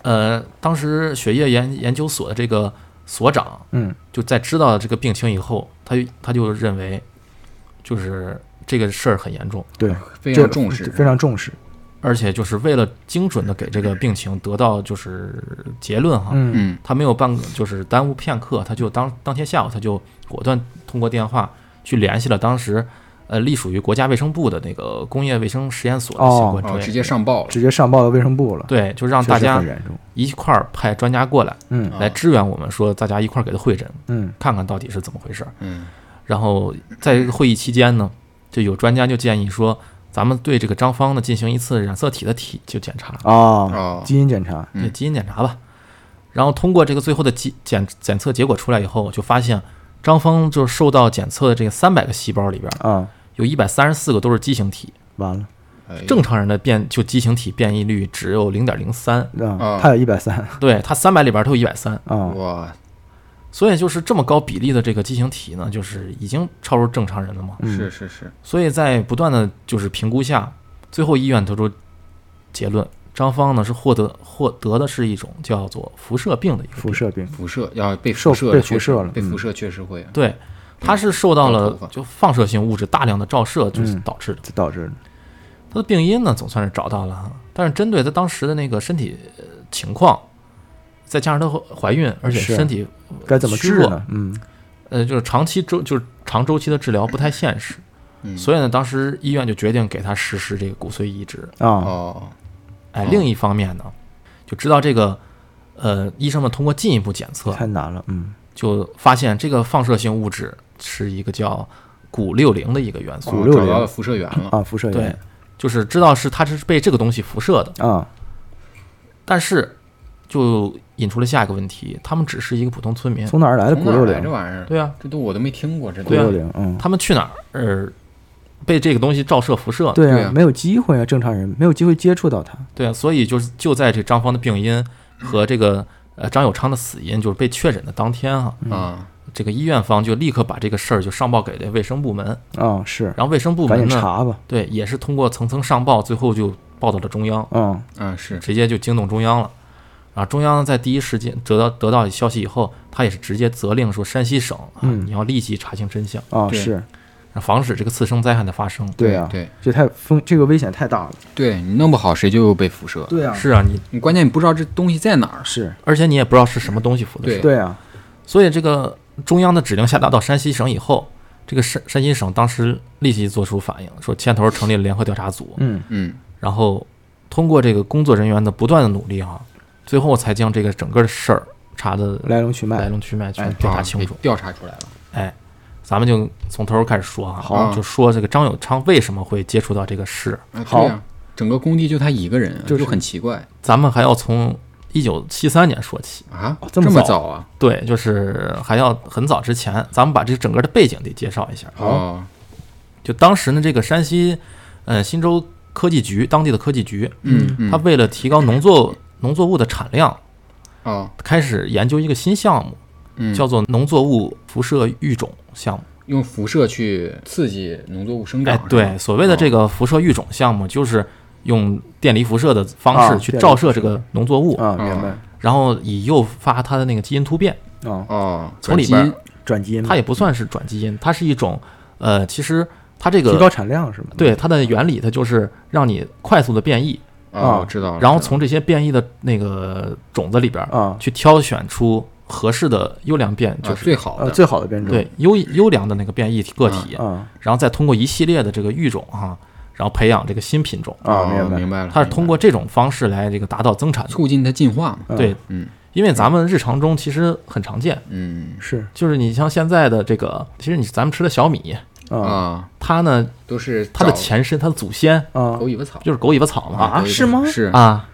Speaker 1: 呃，当时血液研研究所的这个所长
Speaker 2: 嗯
Speaker 1: 就在知道这个病情以后，他就他就认为，就是这个事儿很严重，
Speaker 2: 对，
Speaker 3: 非
Speaker 2: 这
Speaker 3: 常重视，
Speaker 2: 非常重视，
Speaker 1: 而且就是为了精准的给这个病情得到就是结论哈，
Speaker 2: 嗯
Speaker 3: 嗯
Speaker 1: 他没有半个就是耽误片刻，他就当当天下午他就果断通过电话去联系了当时呃隶属于国家卫生部的那个工业卫生实验所的相关专
Speaker 3: 哦，
Speaker 1: 业，
Speaker 3: 直接上报了，
Speaker 2: 直接上报到卫生部了，
Speaker 1: 对，就让
Speaker 2: 确
Speaker 1: 大
Speaker 2: 实
Speaker 1: 家
Speaker 2: 很严重，
Speaker 1: 一块儿派专家过来
Speaker 3: 啊
Speaker 2: 嗯
Speaker 1: 来支援我们，说大家一块儿给他会诊，
Speaker 2: 嗯
Speaker 1: 看看到底是怎么回事儿。
Speaker 3: 嗯
Speaker 1: 然后在这个会议期间呢，就有专家就建议说，咱们对这个张芳呢进行一次染色体的体就检查。
Speaker 2: 啊，
Speaker 3: 哦，
Speaker 2: 基因检查，
Speaker 1: 对
Speaker 3: 嗯
Speaker 1: 基因检查吧。然后通过这个最后的检检检测结果出来以后，就发现张峰就是受到检测的这个三百个细胞里边，
Speaker 2: 啊，
Speaker 1: 有一百三十四个都是畸形体，
Speaker 2: 完了
Speaker 3: 哎
Speaker 1: 正常人的变就畸形体变异率只有零点零
Speaker 2: <laughs>
Speaker 1: 三，
Speaker 2: 啊，
Speaker 3: 啊
Speaker 2: 他有一百三
Speaker 1: 对，它三百里边儿它有一百三，
Speaker 3: 哎
Speaker 2: 啊，
Speaker 3: 哇，
Speaker 1: 所以就是这么高比例的这个畸形体呢，就是已经超出正常人了嘛。
Speaker 2: 嗯
Speaker 3: 是是是，
Speaker 1: 所以在不断的就是评估下，最后医院得出结论，张芳呢是获得获得的是一种叫做辐射病的一个
Speaker 2: 辐
Speaker 1: 病
Speaker 2: 射病，
Speaker 3: 辐射要被
Speaker 2: 受
Speaker 3: 辐射
Speaker 2: 被
Speaker 3: 确
Speaker 2: 辐
Speaker 3: 实
Speaker 2: 射了
Speaker 3: 被
Speaker 2: 嗯
Speaker 3: 辐射确实会啊。
Speaker 1: 对，她是受到
Speaker 3: 掉头发
Speaker 1: 了就放射性物质大量的照射，就是
Speaker 2: 嗯
Speaker 1: 导致的。
Speaker 2: 这导致的。
Speaker 1: 她的病因呢总算是找到了哈，但是针对她当时的那个身体呃情况，再加上她怀孕，而且
Speaker 2: 是
Speaker 1: 身体
Speaker 2: 该怎么治
Speaker 1: 虚弱
Speaker 2: 呢？嗯，
Speaker 1: 呃就是长期周就是长周期的治疗不太现实，
Speaker 3: 嗯，
Speaker 1: 所以呢，当时医院就决定给她实施这个骨髓移植。
Speaker 2: 啊，
Speaker 3: 哦，
Speaker 1: 哎，
Speaker 3: 哦
Speaker 1: 另一方面呢，就知道这个，呃，医生们通过进一步检
Speaker 3: 哦
Speaker 1: 测，
Speaker 2: 太难了，嗯，
Speaker 1: 就发现这个放射性物质是一个叫钴六零的一个元素。
Speaker 2: 骨
Speaker 3: 哦
Speaker 2: 六
Speaker 3: 找到
Speaker 2: 零
Speaker 3: 了辐射源了。
Speaker 2: 啊，辐射
Speaker 1: 对
Speaker 2: 源，
Speaker 1: 就是知道是它是被这个东西辐射的，
Speaker 2: 啊，
Speaker 1: 但是就引出了下一个问题，他们只是一个普通村民。
Speaker 2: 从哪儿来的
Speaker 3: 从
Speaker 2: 骨
Speaker 3: 哪
Speaker 2: 六
Speaker 3: 儿来这
Speaker 2: 零？
Speaker 3: 玩意儿？
Speaker 1: 对啊，
Speaker 3: 这都我都没听过，这都
Speaker 2: 骨
Speaker 1: 对啊
Speaker 2: 六零，嗯，
Speaker 1: 他们去哪儿？呃，被这个东西照射辐射。
Speaker 2: 对
Speaker 3: 对
Speaker 2: 啊
Speaker 3: 啊，
Speaker 2: 没有机会啊，正常人没有机会接触到它。
Speaker 1: 对啊，所以就是就在这张芳的病因和这个呃张友昌的死因，就是被确诊的当天哈、
Speaker 3: 啊，
Speaker 1: 这个医院方就立刻把这个事儿就上报给这卫生部门，
Speaker 2: 啊，是，
Speaker 1: 然后卫生部
Speaker 2: 赶
Speaker 1: 门
Speaker 2: 紧
Speaker 1: 呢，
Speaker 2: 查吧，
Speaker 1: 对，也是通过层层上报，最后就报到了中央，
Speaker 2: 嗯，
Speaker 3: 啊是
Speaker 1: 直接就惊动中央了。啊，中央在第一时间得到得到消息以后，他也是直接责令说山西省啊，
Speaker 2: 嗯
Speaker 1: 你要立即查清真相，
Speaker 2: 啊，
Speaker 3: 对
Speaker 2: 是
Speaker 1: 防止这个次生灾害的发生。
Speaker 2: 对啊，
Speaker 3: 对
Speaker 2: 这太风，这个危险太大了。
Speaker 3: 对，你弄不好谁就被辐射。
Speaker 2: 对啊，
Speaker 1: 是啊，你
Speaker 3: 你关键你不知道这东西在哪儿。
Speaker 2: 是，
Speaker 1: 而且你也不知道是什么东西辐的
Speaker 3: 对
Speaker 1: 射，
Speaker 2: 对啊，
Speaker 1: 所以这个中央的指令下达到山西省以后，这个山山西省当时立即做出反应，说牵头成立了联合调查组，
Speaker 2: 嗯，
Speaker 3: 嗯，
Speaker 1: 然后通过这个工作人员的不断的努力哈、啊最后才将这个整个的事儿查的
Speaker 2: 来龙去
Speaker 1: 来
Speaker 2: 脉，
Speaker 1: 龙去脉全
Speaker 3: 哎，
Speaker 1: 调查
Speaker 3: 啊
Speaker 1: 清楚
Speaker 3: 给。调查出来了。
Speaker 1: 哎，咱们就从头开始说啊，
Speaker 3: 好
Speaker 1: 就说这个张友昌为什么会接触到这个事。
Speaker 3: 啊
Speaker 2: 好
Speaker 3: 对呀，整个工地就他一个人啊，
Speaker 2: 就是
Speaker 3: 就很奇怪
Speaker 1: 咱们还要从一九七三年说起，
Speaker 3: 啊
Speaker 2: 哦，这
Speaker 3: 这
Speaker 2: 么
Speaker 3: 么
Speaker 2: 早
Speaker 3: 早啊？
Speaker 1: 对，就是还要很早之前，咱们把这整个的背景得介绍一下。
Speaker 2: 好
Speaker 3: 哦，
Speaker 1: 就当时呢，这个山西，呃，新州科技局当地的科技局，
Speaker 3: 嗯嗯，
Speaker 1: 它为了提高农作农作物的产量，
Speaker 3: 哦，
Speaker 1: 开始研究一个新项目。
Speaker 3: 嗯，
Speaker 1: 叫做农作物辐射育种项目。
Speaker 3: 用辐射去刺激农作物生
Speaker 1: 哎
Speaker 3: 长。，是吧
Speaker 1: 对，所谓
Speaker 2: 哦
Speaker 1: 的这个辐射育种项目，就是用电离辐射的方
Speaker 2: 啊
Speaker 1: 式去照射这个农作物，
Speaker 2: 啊，
Speaker 3: 啊
Speaker 2: 明白，
Speaker 1: 然后以诱发它的那个基因突变。
Speaker 2: 啊，
Speaker 3: 哦，
Speaker 1: 从
Speaker 3: 转
Speaker 1: 里边儿
Speaker 3: 基因
Speaker 2: 转基因嘛，
Speaker 1: 它也不算是转基因，它是一种，呃，其实它这
Speaker 2: 提高
Speaker 1: 个
Speaker 2: 产量是吗？
Speaker 1: 对它的原理，它就是让你快速的变异，
Speaker 2: 啊
Speaker 3: 哦，我知道了。
Speaker 1: 然后
Speaker 3: 知道
Speaker 1: 从这些变异的那个种子里边儿
Speaker 2: 啊，
Speaker 1: 去挑选出合适的优良变，
Speaker 3: 了
Speaker 1: 就
Speaker 3: 啊
Speaker 1: 是
Speaker 3: 最好
Speaker 2: 呃，
Speaker 3: 的
Speaker 2: 最好的变种，
Speaker 1: 对优优良的那个变异个体，
Speaker 2: 啊
Speaker 1: 然后再通过一系列的这个育种哈、然后培养这个新品种，
Speaker 2: 啊，
Speaker 3: 哦
Speaker 2: 明白
Speaker 3: 明白了，
Speaker 1: 它是
Speaker 3: 明
Speaker 1: 通
Speaker 3: 白
Speaker 1: 过这种方式来这个达到增产
Speaker 3: 了。促进它进化嘛。
Speaker 2: 嗯
Speaker 1: 对，
Speaker 3: 嗯
Speaker 1: 因为咱们日常中其实很常见，
Speaker 3: 嗯
Speaker 2: 是
Speaker 1: 就是你像现在的这个，其实你咱们吃的小米，
Speaker 2: 啊
Speaker 3: 啊，
Speaker 1: 它呢，
Speaker 3: 都是
Speaker 1: 它的
Speaker 3: 找
Speaker 1: 前身，它的祖先
Speaker 2: 啊
Speaker 3: 狗尾巴草
Speaker 1: 就是狗尾巴草嘛
Speaker 2: 啊
Speaker 3: 狗尾巴
Speaker 2: 是
Speaker 3: 草
Speaker 2: 吗
Speaker 3: 是，
Speaker 1: 啊，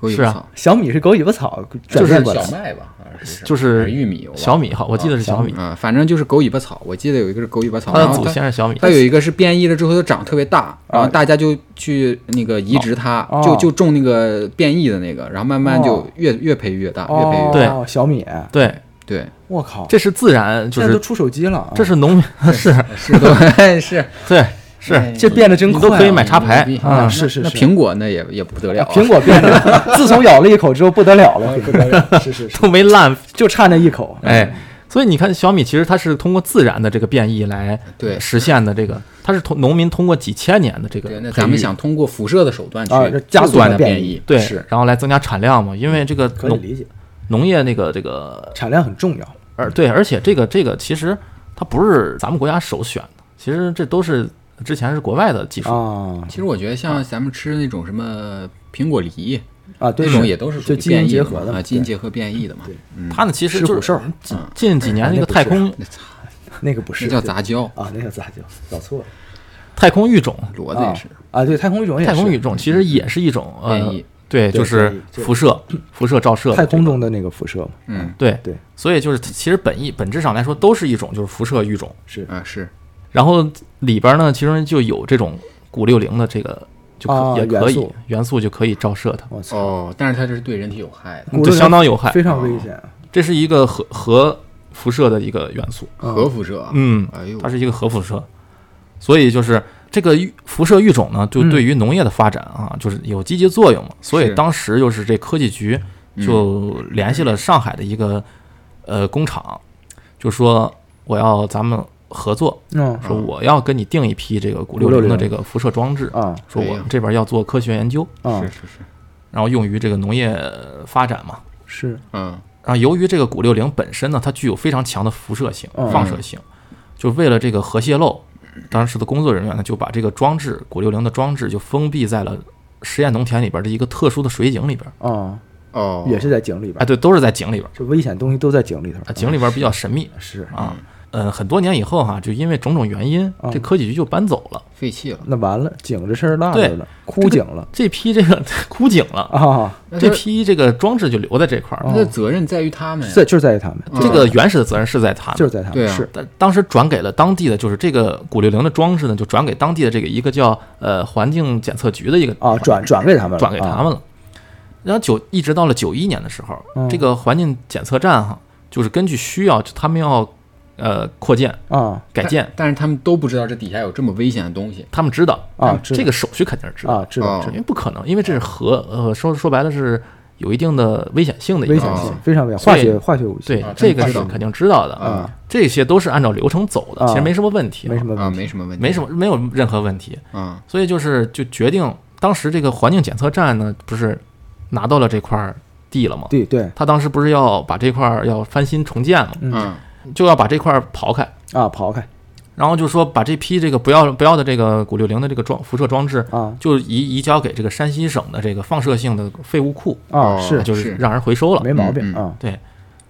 Speaker 3: 狗尾
Speaker 1: 是
Speaker 3: 巴
Speaker 1: 啊
Speaker 3: 草
Speaker 2: 小米是狗尾巴草转
Speaker 3: 就是
Speaker 2: 变过来
Speaker 3: 小，麦吧，好像是
Speaker 1: 就
Speaker 3: 还
Speaker 1: 是
Speaker 3: 玉米，我
Speaker 1: 小
Speaker 3: 忘了
Speaker 1: 米哈，我记得是小米，
Speaker 3: 啊，反正就是狗尾巴草。我记得有一个是狗尾巴草，
Speaker 1: 它
Speaker 3: 然
Speaker 1: 的
Speaker 3: 后
Speaker 1: 祖
Speaker 3: 它
Speaker 1: 先是小米
Speaker 3: 它，有一个是变异了之后它长特别大，然后
Speaker 2: 啊
Speaker 3: 大家就去那个移植它
Speaker 2: 哦，
Speaker 3: 就就种那个变异的那个，然后慢慢就
Speaker 2: 哦
Speaker 3: 越越培越大，越培越
Speaker 2: 哦，
Speaker 3: 大。
Speaker 1: 对
Speaker 2: 小米，
Speaker 1: 对，
Speaker 3: 对，
Speaker 2: 我
Speaker 3: 哦
Speaker 2: 靠，
Speaker 1: 这是自然，就
Speaker 2: 现在
Speaker 1: 是
Speaker 2: 都出手机了啊，
Speaker 1: 这是农民 <laughs> 是
Speaker 3: 是的，是
Speaker 1: 对是
Speaker 3: 哎
Speaker 2: 这变得真
Speaker 1: 你
Speaker 2: 快啊，
Speaker 1: 都可以买插排
Speaker 3: 牛逼
Speaker 2: 啊
Speaker 3: 那
Speaker 2: 是是
Speaker 3: 那
Speaker 2: 是
Speaker 3: 苹果那也也不得 <laughs> 了啊，
Speaker 2: 苹果变得， <laughs> 自从咬了一口之后不得了了，啊不得了，
Speaker 1: <laughs>
Speaker 2: 是是是，
Speaker 1: 都没烂，
Speaker 2: 就差那一口，
Speaker 3: 嗯
Speaker 1: 哎。所以你看，小米其实它是通过自然的这个变异来
Speaker 3: 对
Speaker 1: 实现的这个，它是通农民通过几千年的这个
Speaker 3: 对，那
Speaker 1: 培
Speaker 3: 咱们
Speaker 1: 育
Speaker 3: 想通过辐射的手段去
Speaker 2: 啊加速
Speaker 3: 不断
Speaker 2: 它
Speaker 3: 的
Speaker 2: 变
Speaker 3: 变
Speaker 2: 异
Speaker 3: 异，
Speaker 1: 对，
Speaker 3: 是
Speaker 1: 然后来增加产量嘛，因为这个
Speaker 2: 嗯可以
Speaker 1: 农
Speaker 2: 理解，
Speaker 1: 农业那个这个，
Speaker 2: 产量很重要，
Speaker 1: 而对，而且这个这个其实它不是咱们国家首选的，其实这都是之前是国外的技术，
Speaker 2: 啊
Speaker 3: 其实我觉得像咱们吃那种什么苹果梨，
Speaker 2: 啊，对
Speaker 3: 那种也都是属
Speaker 2: 就
Speaker 3: 于
Speaker 2: 基因
Speaker 3: 变异
Speaker 2: 结
Speaker 3: 的
Speaker 2: 合
Speaker 3: 嘛
Speaker 2: 的嘛
Speaker 3: 啊，基因结合变异的嘛。嗯，
Speaker 1: 它呢其实
Speaker 2: 吃嗯
Speaker 1: 就
Speaker 2: 虎
Speaker 1: 是
Speaker 2: 兽
Speaker 1: 近近几
Speaker 2: 哎
Speaker 1: 年那个太
Speaker 2: <laughs>
Speaker 1: 空
Speaker 3: 那操
Speaker 2: 那个不
Speaker 3: 那
Speaker 2: 是
Speaker 3: 叫杂交，
Speaker 2: 啊，那叫杂交，搞错了，
Speaker 1: 太空育种，
Speaker 3: 骡子也是。
Speaker 2: 啊，对，太空育种也是嗯
Speaker 1: 太空育种其实也是一种
Speaker 3: 变
Speaker 1: 呃
Speaker 3: 异，
Speaker 1: 对，就
Speaker 2: 对
Speaker 1: 是
Speaker 2: 对对
Speaker 1: 辐射辐射照射的
Speaker 2: 太
Speaker 1: 这
Speaker 2: 空
Speaker 1: 个
Speaker 2: 中的那个辐射嘛，
Speaker 3: 嗯
Speaker 1: 对
Speaker 2: 对，
Speaker 1: 所以就是其实本意本质上来说都是一种就是辐射育种，
Speaker 2: 是
Speaker 3: 啊是
Speaker 1: 然后里边呢其实就有这种钴六零的这个。就
Speaker 2: 啊
Speaker 1: 可也可
Speaker 2: 元
Speaker 1: 以
Speaker 2: 素，
Speaker 1: 元素就可以照射它，
Speaker 2: 我操，
Speaker 3: 哦，但是它这是对人体有害的，
Speaker 2: 骨
Speaker 1: 就嗯
Speaker 2: 质
Speaker 1: 相当有害。
Speaker 2: 非常危险啊，
Speaker 1: 这是一个核核辐射的一个元素，
Speaker 2: 嗯
Speaker 3: 核辐射啊。
Speaker 1: 嗯，
Speaker 3: 哎呦
Speaker 1: 它，是一个核辐射，所以就是这个育辐射育种呢，就对于农业的发展啊，就是有积极作用嘛。所以
Speaker 3: 是
Speaker 1: 当时就是这科技局就联系了上海的一个呃工厂，就说我要咱们合作，
Speaker 2: 嗯
Speaker 1: 说我要跟你定一批这个古六零的这个辐射装置，
Speaker 2: 啊
Speaker 1: 说我
Speaker 3: 哎呀
Speaker 1: 们这边要做科学研究，
Speaker 2: 啊
Speaker 3: 是是是，
Speaker 1: 然后用于这个农业发展嘛。
Speaker 2: 是啊
Speaker 3: 嗯
Speaker 1: 然后啊由于这个古六零本身呢，它具有非常强的辐射性、
Speaker 2: 嗯
Speaker 1: 放射性，就为了这个核泄漏，当时的工作人员呢就把这个装置古六零的装置就封闭在了实验农田里边的一个特殊的水井里边。
Speaker 2: 啊，
Speaker 3: 哦，
Speaker 2: 也是在井里边
Speaker 1: 哎，，对，都是在井里边，
Speaker 2: 这危险东西都在井里头
Speaker 1: 啊，井里边比较神秘
Speaker 2: 是
Speaker 1: 啊。呃，很多年以后哈、就因为种种原因，
Speaker 2: 嗯
Speaker 1: 这科技局就搬走了
Speaker 3: 废弃了。
Speaker 2: 那完了，井这事儿落着了，枯井了
Speaker 1: 这批这个 <laughs> 枯井了，
Speaker 2: 啊，
Speaker 3: 那
Speaker 1: 这
Speaker 3: 他
Speaker 1: 批这个装置就留在这块儿。
Speaker 2: 哦
Speaker 3: 那责任在于他们呀。嗯
Speaker 2: 在就是在于他们，
Speaker 1: 这个原始的责任是在他们
Speaker 2: 就是在他们，
Speaker 3: 对啊
Speaker 2: 是
Speaker 1: 但当时转给了当地的，就是这个古六零的装饰呢，就转给当地的这个一个叫呃环境检测局的一个
Speaker 2: 啊，转转给他们了，
Speaker 1: 转给他
Speaker 2: 啊，
Speaker 1: 们了。然后九一直到了九一年的时候，
Speaker 2: 嗯
Speaker 1: 这个环境检测站哈，就是根据需要，他们要呃扩建
Speaker 2: 啊
Speaker 1: 改建，
Speaker 3: 但是他们都不知道这底下有这么危险的东西。
Speaker 1: 他们知道
Speaker 2: 啊知道
Speaker 1: 这个手续肯定是知道，
Speaker 2: 啊，知道
Speaker 3: 哦
Speaker 1: 因为不可能，因为这是核呃说说白了是有一定的危险性的一个
Speaker 2: 危险
Speaker 1: 东西
Speaker 2: 性
Speaker 3: 啊
Speaker 2: 非常危险，
Speaker 1: 所
Speaker 2: 化
Speaker 1: 以
Speaker 2: 学化学武器，
Speaker 1: 对
Speaker 3: 啊
Speaker 1: 这个
Speaker 3: 真
Speaker 1: 是
Speaker 3: 知道
Speaker 1: 肯定知道的，
Speaker 2: 啊，
Speaker 1: 这些都是按照流程走的，
Speaker 2: 啊
Speaker 1: 其实没什么问题，
Speaker 2: 没什么
Speaker 3: 啊，
Speaker 2: 问题
Speaker 3: 没什么问题，
Speaker 1: 没什么没有任何问题。
Speaker 3: 啊，
Speaker 1: 所以就是就决定当时这个环境检测站呢，不是拿到了这块地了吗？
Speaker 2: 对对，
Speaker 1: 他当时不是要把这块儿要翻新重建嘛，
Speaker 2: 嗯
Speaker 3: 嗯
Speaker 1: 就要把这块儿刨开，
Speaker 2: 啊，刨开
Speaker 1: 然后就说把这批这个不要不要的这个古六零的这个装辐射装置，
Speaker 2: 啊
Speaker 1: 就移移交给这个山西省的这个放射性的废物库，
Speaker 2: 啊
Speaker 3: 哦
Speaker 2: 是
Speaker 1: 就是
Speaker 3: 是
Speaker 1: 让人回收了。
Speaker 2: 没毛病
Speaker 3: 嗯嗯
Speaker 2: 啊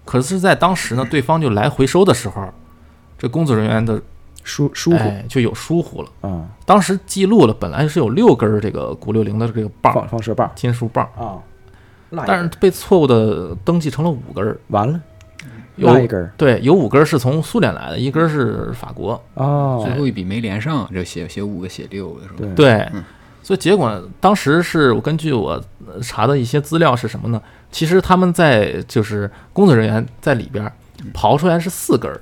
Speaker 1: 可是，在当时呢，对方就来回收的时候，这工作人员的
Speaker 2: 疏疏忽
Speaker 1: 哎就有疏忽了。
Speaker 2: 啊，
Speaker 1: 当时记录了，本来是有六根儿这个古六零的这个棒儿
Speaker 2: 放，放射棒
Speaker 1: 金属棒儿，
Speaker 2: 啊，落一
Speaker 1: 但是
Speaker 2: 根
Speaker 1: 被错误的登记成了五根儿，
Speaker 2: 完了，
Speaker 1: 有
Speaker 2: 落一根儿
Speaker 1: 对，有五根儿是从苏联来的，一根儿是法国，
Speaker 2: 哦
Speaker 3: 最，后一笔没连上，这写写五个写六个是吧？
Speaker 2: 对
Speaker 1: 对
Speaker 3: 嗯，
Speaker 1: 所以结果当时是我根据我呃查的一些资料是什么呢？其实他们在就是工作人员在里边儿刨出来是四根儿，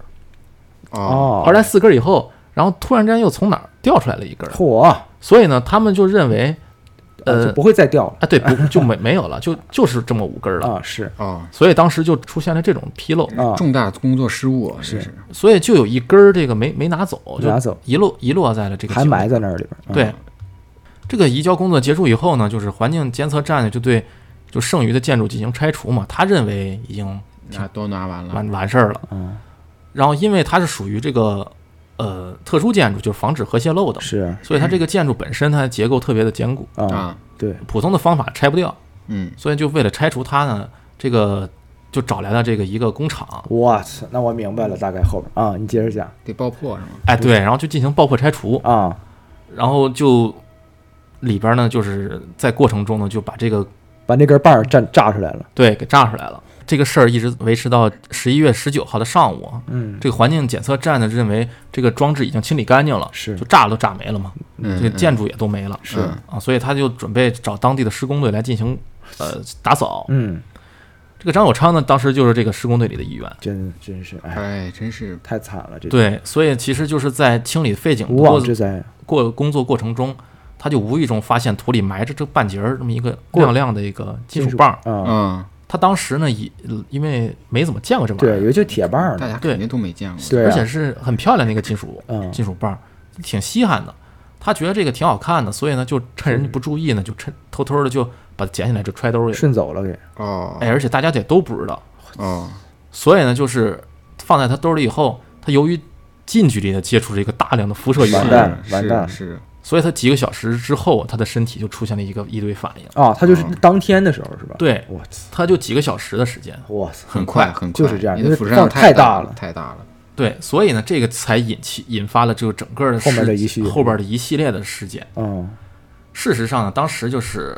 Speaker 3: 哦，
Speaker 2: 嗯哦，
Speaker 1: 刨出来四根儿以后，然后突然间又从哪儿掉出来了一根儿，
Speaker 2: 嚯，啊
Speaker 1: 所以呢，他们就认为，
Speaker 2: 就
Speaker 1: 呃，
Speaker 2: 不会再掉了
Speaker 1: 啊，对，不就没没有了，就就是这么五根儿了，
Speaker 2: 啊，是
Speaker 3: 哦，
Speaker 1: 所以当时就出现了这种纰漏。
Speaker 2: 啊，
Speaker 3: 重大工作失误这
Speaker 2: 是
Speaker 3: 是
Speaker 1: 所以就有一根儿这个没没拿走，
Speaker 2: 没
Speaker 1: 就
Speaker 2: 拿走
Speaker 1: 遗落遗落在了这个
Speaker 2: 还
Speaker 1: 井
Speaker 2: 埋在那儿里嗯边儿，
Speaker 1: 对，这个移交工作结束以后呢，就是环境监测站就对就剩余的建筑进行拆除嘛，他认为已经
Speaker 3: 拿都拿完了，
Speaker 1: 完完事儿了。
Speaker 2: 啊，
Speaker 1: 然后因为它是属于这个呃特殊建筑，就是防止核泄漏的，
Speaker 2: 是
Speaker 1: 所以它这个建筑本身它的结构特别的坚固，
Speaker 2: 啊，
Speaker 3: 啊，
Speaker 2: 对，
Speaker 1: 普通的方法拆不掉，
Speaker 3: 嗯，
Speaker 1: 所以就为了拆除它呢，这个就找来了这个一个工厂，
Speaker 2: 我操，那我明白了，大概后边啊，你接着讲
Speaker 3: 得爆破是吗？
Speaker 1: 哎对，然后就进行爆破拆除，
Speaker 2: 啊，
Speaker 1: 然后就里边呢就是在过程中呢就把这个
Speaker 2: 把那根棒儿炸炸出来了，
Speaker 1: 对，给炸出来了。这个事儿一直维持到十一月十九号的上午啊，
Speaker 2: 嗯，
Speaker 1: 这个环境检测站呢认为这个装置已经清理干净了，
Speaker 2: 是
Speaker 1: 就炸都炸没了嘛，
Speaker 3: 嗯，
Speaker 1: 这个
Speaker 3: 嗯
Speaker 1: 建筑也都没了，
Speaker 3: 是
Speaker 1: 啊，所以他就准备找当地的施工队来进行呃打扫。
Speaker 2: 嗯，
Speaker 1: 这个张友昌呢，当时就是这个施工队里的一员，
Speaker 2: 真真是哎，
Speaker 3: 哎，真是
Speaker 2: 太惨了，这
Speaker 1: 对，所以其实就是在清理废井的
Speaker 2: 无
Speaker 1: 过
Speaker 2: 妄之灾
Speaker 1: 过工作过程中，他就无意中发现土里埋着这半截儿这么一个亮亮的一个金属棒儿，
Speaker 2: 啊，
Speaker 3: 嗯，
Speaker 1: 他当时呢也因为没怎么见过这玩意儿
Speaker 2: 对，，有一就铁棒儿
Speaker 3: 大
Speaker 2: 呢，
Speaker 3: 家
Speaker 1: 对
Speaker 3: 肯定都没见过，
Speaker 2: 对
Speaker 1: 而
Speaker 2: 啊，
Speaker 1: 且是很漂亮的一个金属
Speaker 2: 嗯
Speaker 1: 金属棒儿，挺稀罕的。他觉得这个挺好看的，所以呢，就趁人家不注意呢，就趁偷偷的就把它捡起来就揣兜里。
Speaker 2: 顺走了给，
Speaker 3: 哦
Speaker 1: 哎，而且大家也都不知道，
Speaker 3: 哦，
Speaker 1: 所以呢，就是放在他兜里以后，他由于近距离的接触了一个大量的辐射
Speaker 2: 是
Speaker 1: 元素，
Speaker 2: 完蛋了
Speaker 3: 是
Speaker 2: 完蛋了
Speaker 3: 是
Speaker 1: 所以他几个小时之后，他的身体就出现了一个一堆反应。
Speaker 2: 啊，他就是
Speaker 3: 嗯
Speaker 2: 当天的时候是吧？，
Speaker 1: 对，
Speaker 2: 我操，
Speaker 1: 他就几个小时的时间。
Speaker 2: 我操，
Speaker 3: 很快很
Speaker 2: 嗯
Speaker 3: 快，
Speaker 2: 就是这样
Speaker 3: 你
Speaker 2: 因为
Speaker 3: 的辐射
Speaker 2: 放
Speaker 3: 量
Speaker 2: 太大
Speaker 3: 大
Speaker 2: 了
Speaker 3: 太大了，
Speaker 1: 对，所以呢，这个才引起引发了就整个的
Speaker 2: 后面
Speaker 1: 事
Speaker 2: 的一系列
Speaker 1: 后边的一系列的事件。
Speaker 2: 嗯
Speaker 1: 事实上呢，当时就是，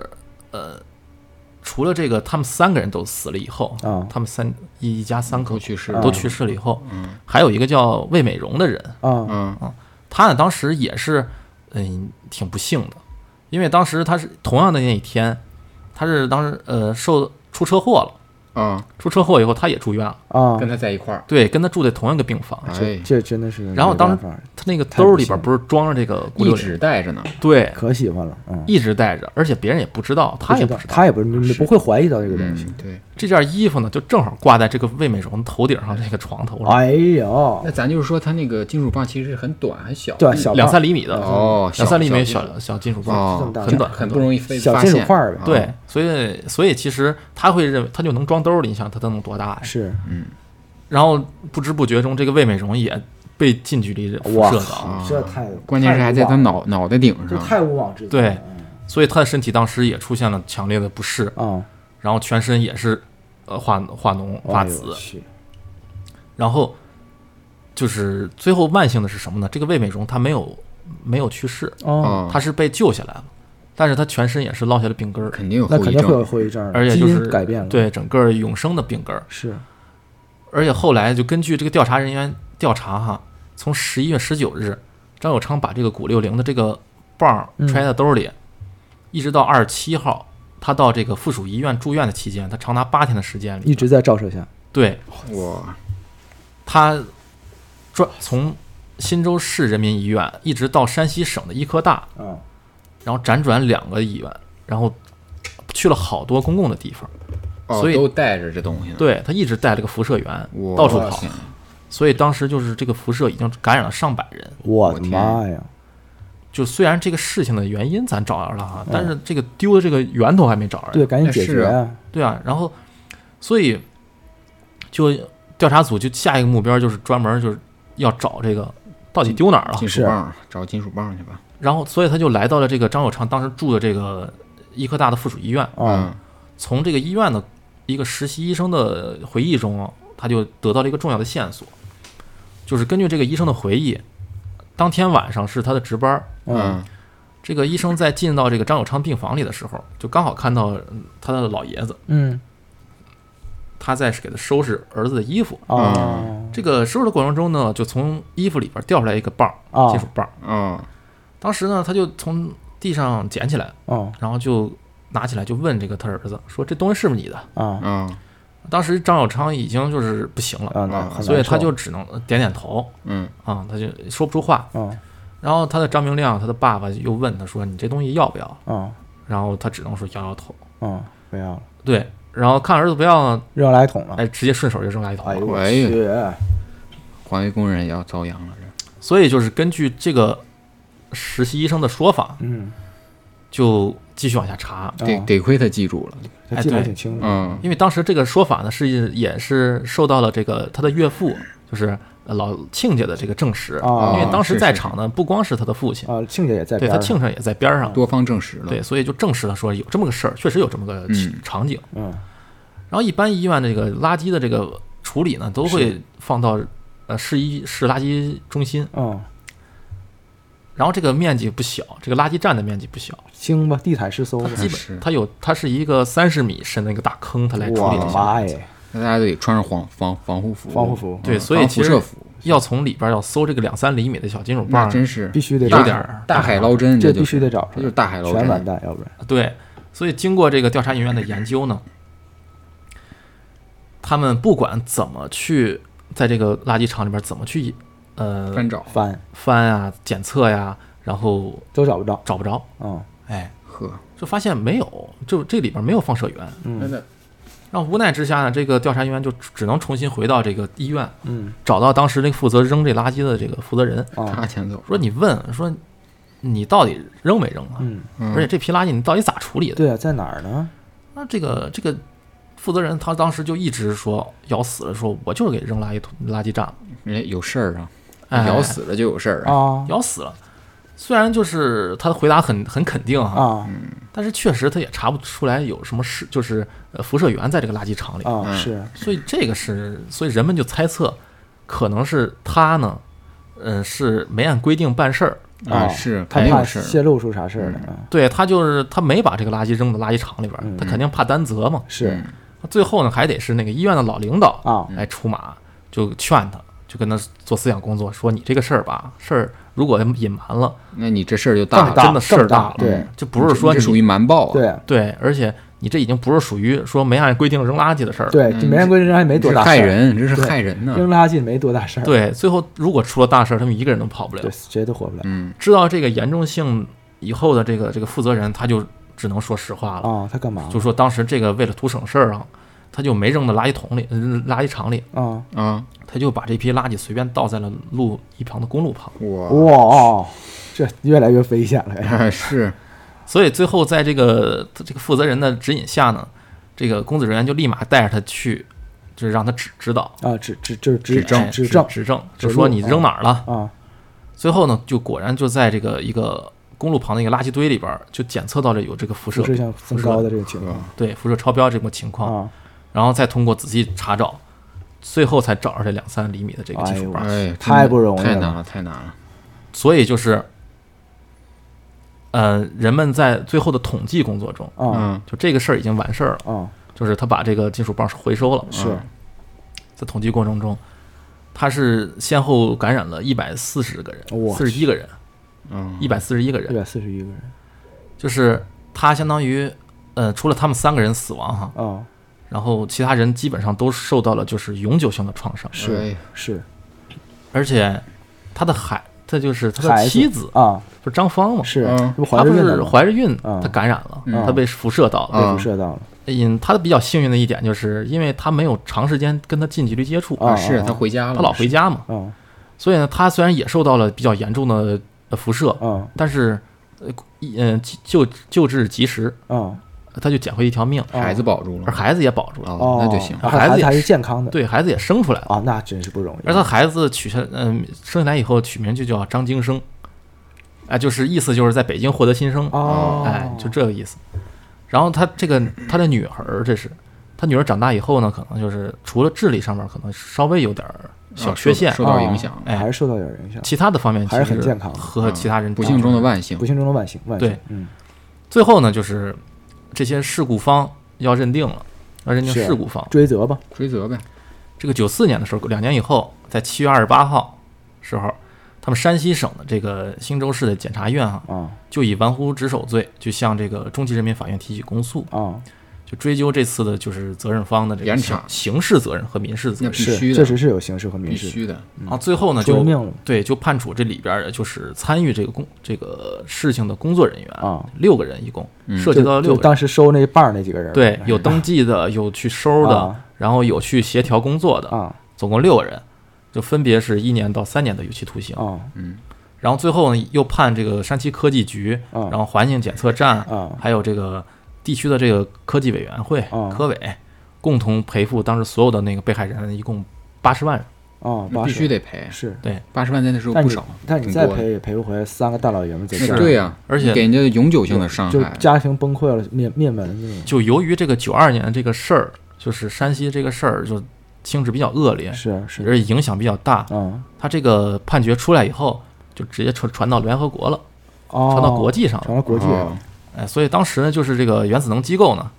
Speaker 1: 呃，除了这个他们三个人都死了以后，
Speaker 2: 啊
Speaker 1: 他们三一一家三口
Speaker 3: 都去世
Speaker 2: 啊
Speaker 1: 都去世了以后，
Speaker 3: 嗯
Speaker 1: 还有一个叫魏美荣的人，
Speaker 2: 啊
Speaker 3: 嗯
Speaker 1: 他呢当时也是，嗯，挺不幸的，因为当时他是同样的那一天，他是当时呃受出车祸了，
Speaker 3: 啊，
Speaker 2: 嗯
Speaker 1: 出车祸以后他也住院了，
Speaker 2: 啊
Speaker 3: 跟，他在一块儿，
Speaker 1: 对，跟他住在同一个病房。
Speaker 3: 哎
Speaker 2: 这，这真的是，
Speaker 1: 然后当时
Speaker 2: 时
Speaker 1: 他那个兜里边不是装着这个骨
Speaker 3: 一
Speaker 1: 六零？
Speaker 3: 直带着呢。
Speaker 1: 对，
Speaker 2: 可喜欢了，嗯，
Speaker 1: 一直带着，而且别人也不知道，他也
Speaker 2: 不
Speaker 1: 不
Speaker 2: 知
Speaker 1: 知
Speaker 2: 道
Speaker 1: 道。
Speaker 2: 他也不是不会怀疑到这个东西。
Speaker 3: 嗯，对。
Speaker 1: 这件衣服呢，就正好挂在这个魏美荣头顶上这个床头上，
Speaker 2: 哎呦
Speaker 3: 那，咱就是说，它那个金属棒其实很短，很小，
Speaker 2: 对，小
Speaker 1: 两
Speaker 2: 胖
Speaker 1: 三厘米的，
Speaker 3: 哦
Speaker 1: 两三厘米
Speaker 3: 小
Speaker 1: 小小金属棒，
Speaker 3: 哦
Speaker 2: 这么大，
Speaker 1: 很短
Speaker 3: 很不容易被
Speaker 2: 小
Speaker 3: 发
Speaker 2: 金属
Speaker 3: 现。啊
Speaker 2: 块儿呗，
Speaker 1: 对，所以所以其实他会认为他就能装兜里，你想他都能多大呀？
Speaker 2: 是
Speaker 1: 然后不知不觉中，这个魏美荣也被近距离嗯辐
Speaker 2: 哇
Speaker 1: 射到，
Speaker 2: 靠，这太
Speaker 3: 关键是还在他，脑脑袋顶
Speaker 2: 太无妄这
Speaker 3: 上，
Speaker 2: 太无妄之灾了
Speaker 1: 所以他的身体当时也出现了强烈的不适，
Speaker 2: 嗯啊，
Speaker 1: 然后全身也是呃化化脓
Speaker 2: 哎呦
Speaker 1: 发紫，
Speaker 2: 去
Speaker 1: 然后就是最后万幸的是什么呢？这个魏美荣她没有没有去世，
Speaker 2: 哦，
Speaker 3: 啊，
Speaker 1: 她是被救下来了，但是她全身也是落下了病根儿，
Speaker 3: 肯定有
Speaker 2: 那
Speaker 3: 后
Speaker 2: 肯
Speaker 3: 遗
Speaker 2: 定会
Speaker 3: 症
Speaker 2: 有。后遗症的，
Speaker 1: 而且就
Speaker 2: 基因
Speaker 1: 是
Speaker 2: 改变了，，
Speaker 1: 对整个永生的病根儿。
Speaker 2: 是
Speaker 1: 而且后来就根据这个调查人员调查哈，从十一月十九日，张友昌把这个骨六零的这个棒儿
Speaker 2: 嗯
Speaker 1: 揣在兜里，一直到二十七号，他到这个附属医院住院的期间，他长达八天的时间里，
Speaker 2: 一直在照射下，
Speaker 1: 对
Speaker 3: 哇，
Speaker 1: 他转从新州市人民医院一直到山西省的医科大，
Speaker 2: 啊，
Speaker 1: 然后辗转两个医院，然后去了好多公共的地
Speaker 2: 嗯
Speaker 1: 方，
Speaker 3: 哦
Speaker 1: 所以
Speaker 3: 都带着这东西呢。
Speaker 1: 对他一直带了个辐射源
Speaker 3: 我
Speaker 1: 到处跑
Speaker 3: 天，
Speaker 1: 所以当时就是这个辐射已经感染了上百人。
Speaker 2: 我
Speaker 3: 我
Speaker 2: 的
Speaker 3: 天
Speaker 2: 妈呀，
Speaker 1: 就虽然这个事情的原因咱找着了哈，但是这个丢的这个源头还没找着。
Speaker 2: 嗯对，赶紧
Speaker 3: 那
Speaker 2: 解
Speaker 3: 是
Speaker 2: 决
Speaker 3: 啊
Speaker 2: 啊，
Speaker 1: 对哎啊，然后所以就调查组就下一个目标就是专门就是要找这个到底丢哪儿了。
Speaker 3: 金
Speaker 2: 嗯是
Speaker 3: 属棒，找金属棒去吧。
Speaker 1: 然后所以他就来到了这个张友昌当时住的这个医科大的附属医院，
Speaker 2: 啊，
Speaker 1: 从这个医院的一个实习医生的回忆中，他就得到了一个重要的线索，就是根据这个医生的回忆，当天晚上是他的值班儿，
Speaker 2: 嗯，
Speaker 3: 嗯，
Speaker 1: 这个医生在进到这个张友昌病房里的时候，就刚好看到嗯他的老爷子，
Speaker 2: 嗯
Speaker 1: 他在给他收拾儿子的衣服。
Speaker 2: 啊
Speaker 1: 这个收拾的过程中呢，就从衣服里边掉出来一个棒儿，
Speaker 2: 啊
Speaker 1: 金属棒儿。
Speaker 3: 嗯哦，
Speaker 1: 当时呢，他就从地上捡起来，
Speaker 2: 哦
Speaker 1: 然后就拿起来就问这个他儿子说：“这东西是不是你的
Speaker 2: 啊？”
Speaker 3: 嗯
Speaker 1: 当时张友昌已经就是不行了，
Speaker 2: 啊，那很
Speaker 1: 所以
Speaker 2: 难
Speaker 1: 他
Speaker 2: 受
Speaker 1: 就只能点点头
Speaker 3: 嗯
Speaker 1: 啊、他就说不出话。
Speaker 2: 啊
Speaker 1: 然后他的张明亮，他的爸爸又问他说：“你这东西要不要
Speaker 2: 啊？”
Speaker 1: 然后他只能说摇摇头。
Speaker 2: 啊，不要了，
Speaker 1: 对，然后看儿子不要呢，
Speaker 2: 扔垃圾桶了，
Speaker 1: 哎，直接顺手就扔垃圾桶
Speaker 2: 啊哎
Speaker 1: 了。
Speaker 2: 呦我
Speaker 3: 哎呀
Speaker 2: 去，
Speaker 3: 环卫工人也要遭殃
Speaker 2: 哦
Speaker 3: 了。这
Speaker 1: 所以就是根据这个实习医生的说法，
Speaker 2: 嗯，
Speaker 1: 就继续往下查，
Speaker 3: 得
Speaker 2: 啊
Speaker 3: 得亏他记住了。
Speaker 2: 他
Speaker 1: 哎
Speaker 2: 记得还
Speaker 1: 对
Speaker 2: 挺清楚，
Speaker 3: 嗯，
Speaker 1: 因为当时这个说法呢是也是受到了这个他的岳父，就是老亲家的这个证实。
Speaker 2: 啊
Speaker 1: 因为当时
Speaker 3: 是
Speaker 1: 在
Speaker 3: 是
Speaker 1: 场的不光是他的父亲，
Speaker 2: 啊，庆姐也在
Speaker 1: 对
Speaker 2: 边
Speaker 1: 他
Speaker 2: 儿上，
Speaker 1: 亲上也在边儿上，
Speaker 3: 嗯多方证实了。
Speaker 1: 对，所以就证实了说有这么个事儿，确实有这么个
Speaker 3: 嗯
Speaker 1: 场景。
Speaker 2: 嗯
Speaker 1: 然后一般医院这个垃圾的这个处理呢，都会放到呃市医市垃圾中心，
Speaker 2: 嗯，
Speaker 1: 然后这个面积不小，这个垃圾站的面积不小，
Speaker 2: 行吧，地毯式搜吧
Speaker 1: 它，基
Speaker 3: 是
Speaker 1: 本它有它是一个三十米深的一个大坑，它来处
Speaker 2: 我
Speaker 1: 理
Speaker 2: 的
Speaker 1: 这些。
Speaker 2: 妈呀，
Speaker 3: 那大家得穿上防防防护服，
Speaker 2: 防护服
Speaker 1: 对
Speaker 3: 嗯
Speaker 1: 所以
Speaker 3: 防
Speaker 1: 其
Speaker 3: 辐
Speaker 1: 实
Speaker 3: 射服
Speaker 1: 要从里边要搜这个两三厘米的小金属
Speaker 3: 那
Speaker 1: 棒，
Speaker 3: 真是
Speaker 2: 嗯必须得
Speaker 1: 有
Speaker 2: 找
Speaker 1: 点
Speaker 2: 出来
Speaker 1: 儿
Speaker 3: 大海捞针，
Speaker 2: 这
Speaker 3: 就
Speaker 2: 必须
Speaker 3: 是
Speaker 2: 得找出
Speaker 3: 这就
Speaker 2: 来
Speaker 3: 是，大海捞
Speaker 2: 全完
Speaker 3: 针。
Speaker 2: 蛋，要不然
Speaker 1: 对。所以经过这个调查人员的研究呢，他们不管怎么去在这个垃圾场里边怎么去呃
Speaker 3: 翻找，
Speaker 2: 翻
Speaker 1: 翻啊、检测呀、然后
Speaker 2: 都找不着，
Speaker 1: 找不着，
Speaker 2: 嗯
Speaker 1: 哎，
Speaker 3: 呵，
Speaker 1: 就发现没有，就这里边没有放射源。
Speaker 3: 真
Speaker 2: 嗯
Speaker 3: 的
Speaker 1: 然后无奈之下呢，这个调查人员就只能重新回到这个医院，
Speaker 2: 嗯
Speaker 1: 找到当时那个负责扔这垃圾的这个负责人，
Speaker 2: 啊
Speaker 3: 他先走。
Speaker 1: 说你问说你到底扔没扔啊？
Speaker 2: 嗯，
Speaker 3: 嗯
Speaker 1: 而且这批垃圾你到底咋处理的？
Speaker 2: 对啊，在哪儿呢？
Speaker 1: 那这个这个负责人他当时就一直说咬死了，说我就是给扔垃圾桶垃圾站了，
Speaker 3: 人家有事儿啊，
Speaker 1: 哎
Speaker 3: 咬死了就有事儿啊。
Speaker 2: 啊
Speaker 1: 咬死了。虽然就是他的回答很很肯定哈，
Speaker 2: 啊
Speaker 1: 但是确实他也查不出来有什么事，就是呃辐射源在这个垃圾场里，
Speaker 2: 啊，
Speaker 3: 嗯
Speaker 2: 是
Speaker 1: 所以这个是，所以人们就猜测，可能是他呢，嗯、是没按规定办事儿，
Speaker 2: 啊
Speaker 3: 啊，是
Speaker 2: 他
Speaker 3: 没
Speaker 2: 怕
Speaker 3: 有事儿，
Speaker 2: 泄露出啥事儿来啊，
Speaker 1: 对他就是他没把这个垃圾扔到垃圾场里边儿，
Speaker 2: 嗯
Speaker 1: 他肯定怕担责嘛。
Speaker 2: 是
Speaker 1: 最后呢，还得是那个医院的老领导
Speaker 3: 嗯
Speaker 2: 啊
Speaker 1: 来出马，就劝他，就跟他做思想工作，说你这个事儿吧，事儿如果隐瞒了，
Speaker 3: 那你这事儿就
Speaker 1: 那
Speaker 3: 大了，
Speaker 1: 真的事
Speaker 2: 更
Speaker 1: 儿
Speaker 2: 大
Speaker 1: 了，
Speaker 2: 对，
Speaker 1: 就不是说
Speaker 3: 这
Speaker 1: 你嗯
Speaker 3: 属于瞒报啊。
Speaker 2: 对，
Speaker 1: 对，而且你这已经不是属于说没按规定扔垃圾的事儿了。
Speaker 2: 对，
Speaker 3: 嗯
Speaker 2: 就没按规定扔还没多大
Speaker 3: 这
Speaker 2: 事
Speaker 3: 害
Speaker 2: 儿，
Speaker 3: 人，这是
Speaker 2: 对
Speaker 3: 害人呢。
Speaker 2: 扔垃圾没多大事儿，
Speaker 1: 对，最后如果出了大事儿，他们一个人都跑不了
Speaker 2: 对，。谁都活不了
Speaker 3: 嗯，
Speaker 1: 知道这个严重性以后的这个这个负责人，他就只能说实话了，
Speaker 2: 啊！他干嘛
Speaker 1: 就说当时这个为了图省事儿啊，他就没扔到垃圾桶里、呃垃圾场里，
Speaker 2: 啊？
Speaker 3: 啊，
Speaker 1: 他就把这批垃圾随便倒在了路一旁的公路旁。
Speaker 3: 我
Speaker 2: 哇哦，这越来越危险了呀！
Speaker 3: <laughs> 是
Speaker 1: 所以最后在这个这个负责人的指引下呢，这个工作人员就立马带着他去，就是让他指指导。
Speaker 2: 啊，指指就是指
Speaker 3: 指正
Speaker 1: 哎
Speaker 2: 指正
Speaker 1: 指正，
Speaker 2: 指
Speaker 1: 就
Speaker 2: 路
Speaker 1: 说你扔哪儿了。
Speaker 2: 啊
Speaker 1: 最后呢，就果然就在这个一个公路旁的一个垃圾堆里边儿，就检测到了有这个辐射
Speaker 2: 辐，射像增高的这个情况
Speaker 3: 吧？
Speaker 1: 对辐射超标这种情况，
Speaker 2: 啊，
Speaker 1: 然后再通过仔细查找，最后才找着这两三厘米的这个金属
Speaker 2: 哎
Speaker 1: 棒。
Speaker 3: 哎，真
Speaker 2: 太
Speaker 3: 的
Speaker 2: 不容易
Speaker 3: 太
Speaker 2: 了
Speaker 3: 难了，太难了。
Speaker 1: 所以就是，呃，人们在最后的统计工作中，
Speaker 2: 啊
Speaker 3: 嗯，
Speaker 1: 就这个事儿已经完事儿了，
Speaker 2: 啊
Speaker 1: 就是他把这个金属棒回收了。嗯
Speaker 2: 是
Speaker 1: 在统计过程中，他是先后感染了一百四十个人，
Speaker 2: 我
Speaker 1: 四十一个人，
Speaker 3: 嗯，
Speaker 1: 一百四十一个
Speaker 2: 一
Speaker 1: 人，
Speaker 2: 百四十一个人
Speaker 1: 就是他相当于，呃，除了他们三个人死亡哈，
Speaker 2: 啊，
Speaker 1: 然后其他人基本上都受到了就是永久性的创伤，
Speaker 2: 是
Speaker 3: 哎
Speaker 2: 是
Speaker 1: 而且他的孩，他就是他
Speaker 2: 孩
Speaker 1: 的
Speaker 2: 子
Speaker 1: 妻子，
Speaker 2: 啊
Speaker 1: 不是张芳吗？
Speaker 2: 是，
Speaker 3: 嗯
Speaker 2: 这不怀
Speaker 1: 她
Speaker 2: 着
Speaker 1: 不
Speaker 2: 孕呢
Speaker 1: 是
Speaker 2: 吗
Speaker 1: 怀着孕，
Speaker 2: 嗯
Speaker 1: 她感染了，
Speaker 2: 嗯
Speaker 1: 她被辐射到了。
Speaker 2: 被
Speaker 3: 嗯
Speaker 2: 辐射到了
Speaker 1: 嗯，她比较幸运的一点就是，因为她没有长时间跟她近距离接触，
Speaker 2: 啊
Speaker 3: 啊，是他回家
Speaker 1: 她
Speaker 3: 了，
Speaker 1: 老回家嘛，
Speaker 2: 啊
Speaker 1: 所以呢，她虽然也受到了比较严重的呃辐射，
Speaker 2: 啊
Speaker 1: 但是呃一嗯救救治及时，
Speaker 2: 啊
Speaker 1: 她就捡回一条命，
Speaker 2: 啊
Speaker 3: 孩子保住
Speaker 1: 而
Speaker 3: 了，
Speaker 1: 孩子也保住了，
Speaker 2: 哦
Speaker 3: 哦，，那就行。
Speaker 2: 啊
Speaker 1: 孩
Speaker 2: 孩
Speaker 1: 子也
Speaker 2: 还是健康的
Speaker 1: 对孩子也生出来了。
Speaker 2: 啊，那真是不容易。
Speaker 1: 而他孩子取下，嗯、生下来以后取名就叫张京生，哎、就是意思就是在北京获得新生，
Speaker 2: 哦，
Speaker 1: 哎，就这个意思。然后他这个他的女儿，这是他女儿长大以后呢，可能就是除了智力上面可能稍微有点儿小
Speaker 3: 啊
Speaker 1: 缺陷，
Speaker 3: 受到
Speaker 2: 啊
Speaker 3: 影响了
Speaker 1: 哎
Speaker 2: 还是受到点影响，
Speaker 1: 其他的方面
Speaker 2: 还是很健康的啊
Speaker 1: 和其他人
Speaker 3: 不幸中的。万幸
Speaker 2: 不。幸中的万幸，万幸。
Speaker 1: 对
Speaker 2: 嗯，
Speaker 1: 最后呢，就是这些事故方要认定了，要认定
Speaker 2: 是啊
Speaker 1: 事故方。
Speaker 2: 追责吧，
Speaker 3: 追责呗，
Speaker 1: 这个九四年的时候，两年以后，在七月二十八号时候，他们山西省的这个忻州市的检察院啊，
Speaker 2: 啊
Speaker 1: 就以玩忽职守罪，就向这个中级人民法院提起公诉，
Speaker 2: 啊，
Speaker 1: 就追究这次的就是责任方的这个
Speaker 3: 严
Speaker 1: 刑
Speaker 3: 惩
Speaker 1: 刑事责任和民事责
Speaker 3: 那
Speaker 1: 任。
Speaker 3: 必须
Speaker 2: 是，
Speaker 3: 的
Speaker 2: 确实是有刑事和民
Speaker 3: 必
Speaker 2: 事。
Speaker 3: 须的。
Speaker 1: 然后最后呢，
Speaker 2: 出人
Speaker 1: 就
Speaker 2: 命了
Speaker 1: 对，就判处这里边儿就是参与这个工这个事情的工作人员
Speaker 2: 啊
Speaker 1: 六个人一共
Speaker 3: 嗯
Speaker 1: 涉及
Speaker 2: 就
Speaker 1: 到六
Speaker 2: 就
Speaker 1: 个人，
Speaker 2: 当时收那棒儿那几个人，
Speaker 1: 对，有登记的， <laughs> 有去收的
Speaker 2: 啊，
Speaker 1: 然后有去协调工作的，
Speaker 2: 啊
Speaker 1: 总共六个人，就分别是一年到三年的有期徒刑。
Speaker 2: 啊
Speaker 3: 嗯，
Speaker 1: 然后最后呢，又判这个山西科技局，
Speaker 2: 啊
Speaker 1: 然后环境检测站，
Speaker 2: 啊
Speaker 1: 还有这个地区的这个科技委员会
Speaker 2: 啊
Speaker 1: 科委，共同赔付当时所有的那个被害人一共八十万。
Speaker 2: 啊！
Speaker 3: 必须
Speaker 2: 得
Speaker 3: 得赔
Speaker 2: 是，
Speaker 3: 八十万，在那时候
Speaker 2: 但
Speaker 3: 不
Speaker 2: 你
Speaker 3: 少，
Speaker 2: 但你
Speaker 3: 挺
Speaker 2: 再
Speaker 3: 多的
Speaker 2: 赔也赔不回三个大老爷们走
Speaker 1: 是哎
Speaker 2: 这
Speaker 1: 啊
Speaker 2: 儿，
Speaker 3: 对呀，
Speaker 1: 而且
Speaker 3: 你给人家永久性的伤
Speaker 2: 就
Speaker 3: 害，
Speaker 2: 家庭崩溃了，灭灭门那种。
Speaker 1: 就由于这个九二年这个事儿，就是山西这个事儿，就性质比较恶劣，
Speaker 2: 是啊是
Speaker 1: 而且影响比较大。
Speaker 2: 啊，
Speaker 1: 他这个判决出来以后，就直接传传到联合国了，
Speaker 2: 哦，
Speaker 1: 传到国，际上了。
Speaker 2: 传到国际
Speaker 3: 哦
Speaker 1: 哎，所以当时呢，就是这个原子能机构呢，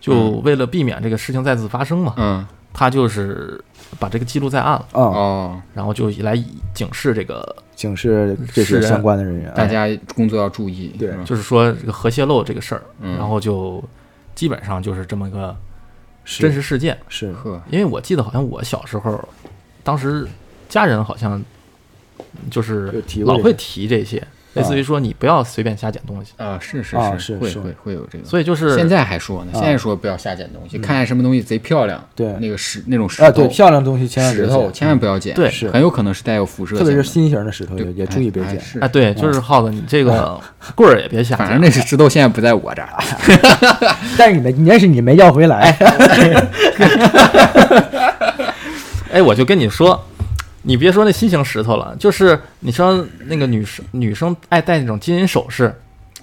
Speaker 1: 就
Speaker 2: 嗯
Speaker 1: 为了避免这个事情再次发生嘛，
Speaker 3: 嗯
Speaker 1: 他就是把这个记录在案了，
Speaker 2: 啊，
Speaker 3: 哦，
Speaker 1: 然后就来警示这个，
Speaker 2: 警示
Speaker 1: 是
Speaker 2: 这些
Speaker 1: 人
Speaker 2: 相关的人员
Speaker 3: 大
Speaker 2: 啊
Speaker 3: 家工作要注意，
Speaker 2: 对
Speaker 3: 是吧
Speaker 1: 就是说这个核泄漏这个事儿，
Speaker 3: 嗯
Speaker 1: 然后就基本上就是这么个
Speaker 2: 是
Speaker 1: 真实事件。
Speaker 2: 是
Speaker 3: 呵，
Speaker 1: 因为我记得好像我小时候，当时家人好像就是
Speaker 2: 有提过
Speaker 1: 老
Speaker 2: 这
Speaker 1: 会
Speaker 2: 个
Speaker 1: 提这些，类似于说你不要随便瞎捡东西。
Speaker 3: 啊，是是
Speaker 2: 啊
Speaker 3: 是，
Speaker 2: 是
Speaker 3: 会
Speaker 2: 是
Speaker 3: 会会有这个。
Speaker 1: 所以就是
Speaker 3: 现在还说呢，
Speaker 2: 啊嗯
Speaker 3: 现在说不要瞎捡东西，看见什么东西贼漂亮，
Speaker 2: 对
Speaker 3: 那个石那种石
Speaker 2: 啊，
Speaker 3: 头
Speaker 2: 对，，漂亮的东西千万别
Speaker 3: 石头
Speaker 2: 捡，
Speaker 3: 千万不要捡，
Speaker 1: 对
Speaker 2: 是
Speaker 3: 很有可能是带有辐射
Speaker 2: 特
Speaker 3: 性
Speaker 2: 别
Speaker 3: 的，
Speaker 2: 是新型的石头
Speaker 3: 对
Speaker 2: 也也注意别
Speaker 3: 哎哎
Speaker 2: 捡。
Speaker 3: 是
Speaker 1: 啊，对，就是耗子，你这个棍儿也别瞎
Speaker 3: 反
Speaker 1: 捡
Speaker 3: 正。那是石头现在不在我这儿了，
Speaker 2: 但是你没，那是你没要回来，
Speaker 1: 哎，我就跟你说，你别说那新型石头了，就是你说那个女生女生爱戴那种金银首饰，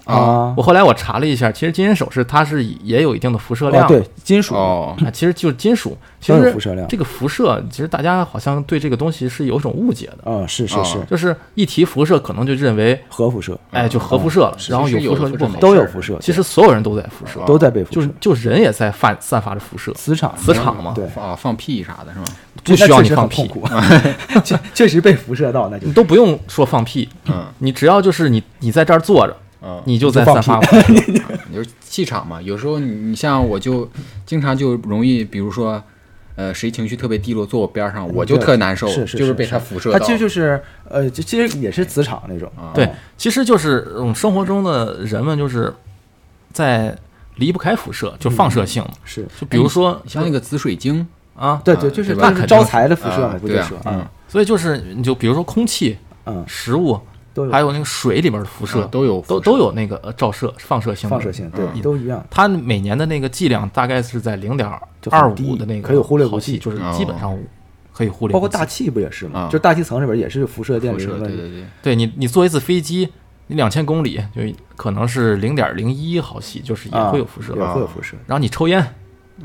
Speaker 2: 啊
Speaker 1: 我后来我查了一下，其实金银首饰它是也有一定的辐射量，
Speaker 2: 啊对，金属
Speaker 3: 哦，
Speaker 2: <laughs>
Speaker 1: 啊，其实就是金属，其
Speaker 2: 都有
Speaker 1: 实
Speaker 2: 辐射量
Speaker 1: 这个辐射，其实大家好像对这个东西是有一种误解的，
Speaker 2: 啊，是是
Speaker 3: 哦
Speaker 2: 是，
Speaker 1: 就是一提辐射，可能就认为
Speaker 2: 核辐射
Speaker 3: 啊
Speaker 1: 哎就核辐射了，然后
Speaker 3: 其实
Speaker 1: 有
Speaker 3: 有
Speaker 1: 辐射就不
Speaker 3: 辐射
Speaker 1: 好
Speaker 3: 没。
Speaker 2: 都有辐射，
Speaker 1: 其实所有人都在辐射，
Speaker 2: 都在被辐
Speaker 1: 就
Speaker 2: 射
Speaker 1: 是，就人也在发散发着辐射，
Speaker 2: 磁场
Speaker 1: 磁场嘛，
Speaker 2: 对
Speaker 3: 啊，放屁啥的是吧？
Speaker 1: 不需要你放屁，
Speaker 2: 痛苦， <laughs> 确确实被辐射到，那就
Speaker 1: 你都不用说放屁，
Speaker 3: 嗯
Speaker 1: 你只要就是你你在这儿坐着，
Speaker 3: 嗯，
Speaker 1: 你就在
Speaker 2: 就
Speaker 1: 散
Speaker 2: 放
Speaker 1: 发
Speaker 2: <laughs>
Speaker 3: 你 <laughs> 就是气场嘛。有时候你你像我就经常就容易，比如说，呃，谁情绪特别低落，坐我边儿上，我就
Speaker 2: 嗯对
Speaker 3: 特难受，
Speaker 2: 是是
Speaker 3: 就是被
Speaker 2: 是
Speaker 3: 他辐 <laughs> 射
Speaker 2: 它
Speaker 3: 到。
Speaker 2: 其实就是呃，就其实也是磁场那种。
Speaker 3: 啊，
Speaker 1: 对，其实就是嗯，生活中的人们就是在离不开辐射，就
Speaker 2: 嗯
Speaker 1: 放射性嘛。
Speaker 2: 是，
Speaker 1: 就比如说
Speaker 3: 像那个紫水晶，
Speaker 1: 啊，
Speaker 2: 对
Speaker 3: 啊
Speaker 2: 对，就是
Speaker 3: 对吧
Speaker 2: 就是招财的辐射嘛，
Speaker 3: 啊
Speaker 2: 不就
Speaker 3: 对
Speaker 2: 是
Speaker 3: 啊？，嗯，
Speaker 1: 所以就是你就比如说空气、
Speaker 2: 嗯，
Speaker 1: 食物，
Speaker 2: 都有嗯
Speaker 1: 还有那个水里边的辐射，
Speaker 3: 啊都有
Speaker 1: 都
Speaker 3: 辐射
Speaker 1: 都有那个呃照射放射性的
Speaker 2: 放射性，
Speaker 3: 嗯
Speaker 2: 对，都一样。
Speaker 1: 它每年的那个剂量大概是在零点
Speaker 2: 就
Speaker 1: 二
Speaker 2: 很低
Speaker 1: 五的那个
Speaker 2: 可以忽略不
Speaker 1: 毫剂，
Speaker 2: 计
Speaker 1: 就是基本上可以忽略不计。
Speaker 2: 包括大气不也是吗？
Speaker 3: 啊
Speaker 2: 就是大气层里边也是有辐射电
Speaker 3: 辐
Speaker 2: 流
Speaker 3: 射，
Speaker 2: 的
Speaker 3: 对
Speaker 2: 问
Speaker 3: 对
Speaker 2: 题。
Speaker 1: 对
Speaker 3: 对，
Speaker 1: 你，你坐一次飞机，你两千公里就可能是零点零一毫系，就是也
Speaker 2: 啊
Speaker 1: 会有辐射。
Speaker 2: 也
Speaker 3: 啊
Speaker 2: 会有辐射，
Speaker 1: 然后你抽烟啊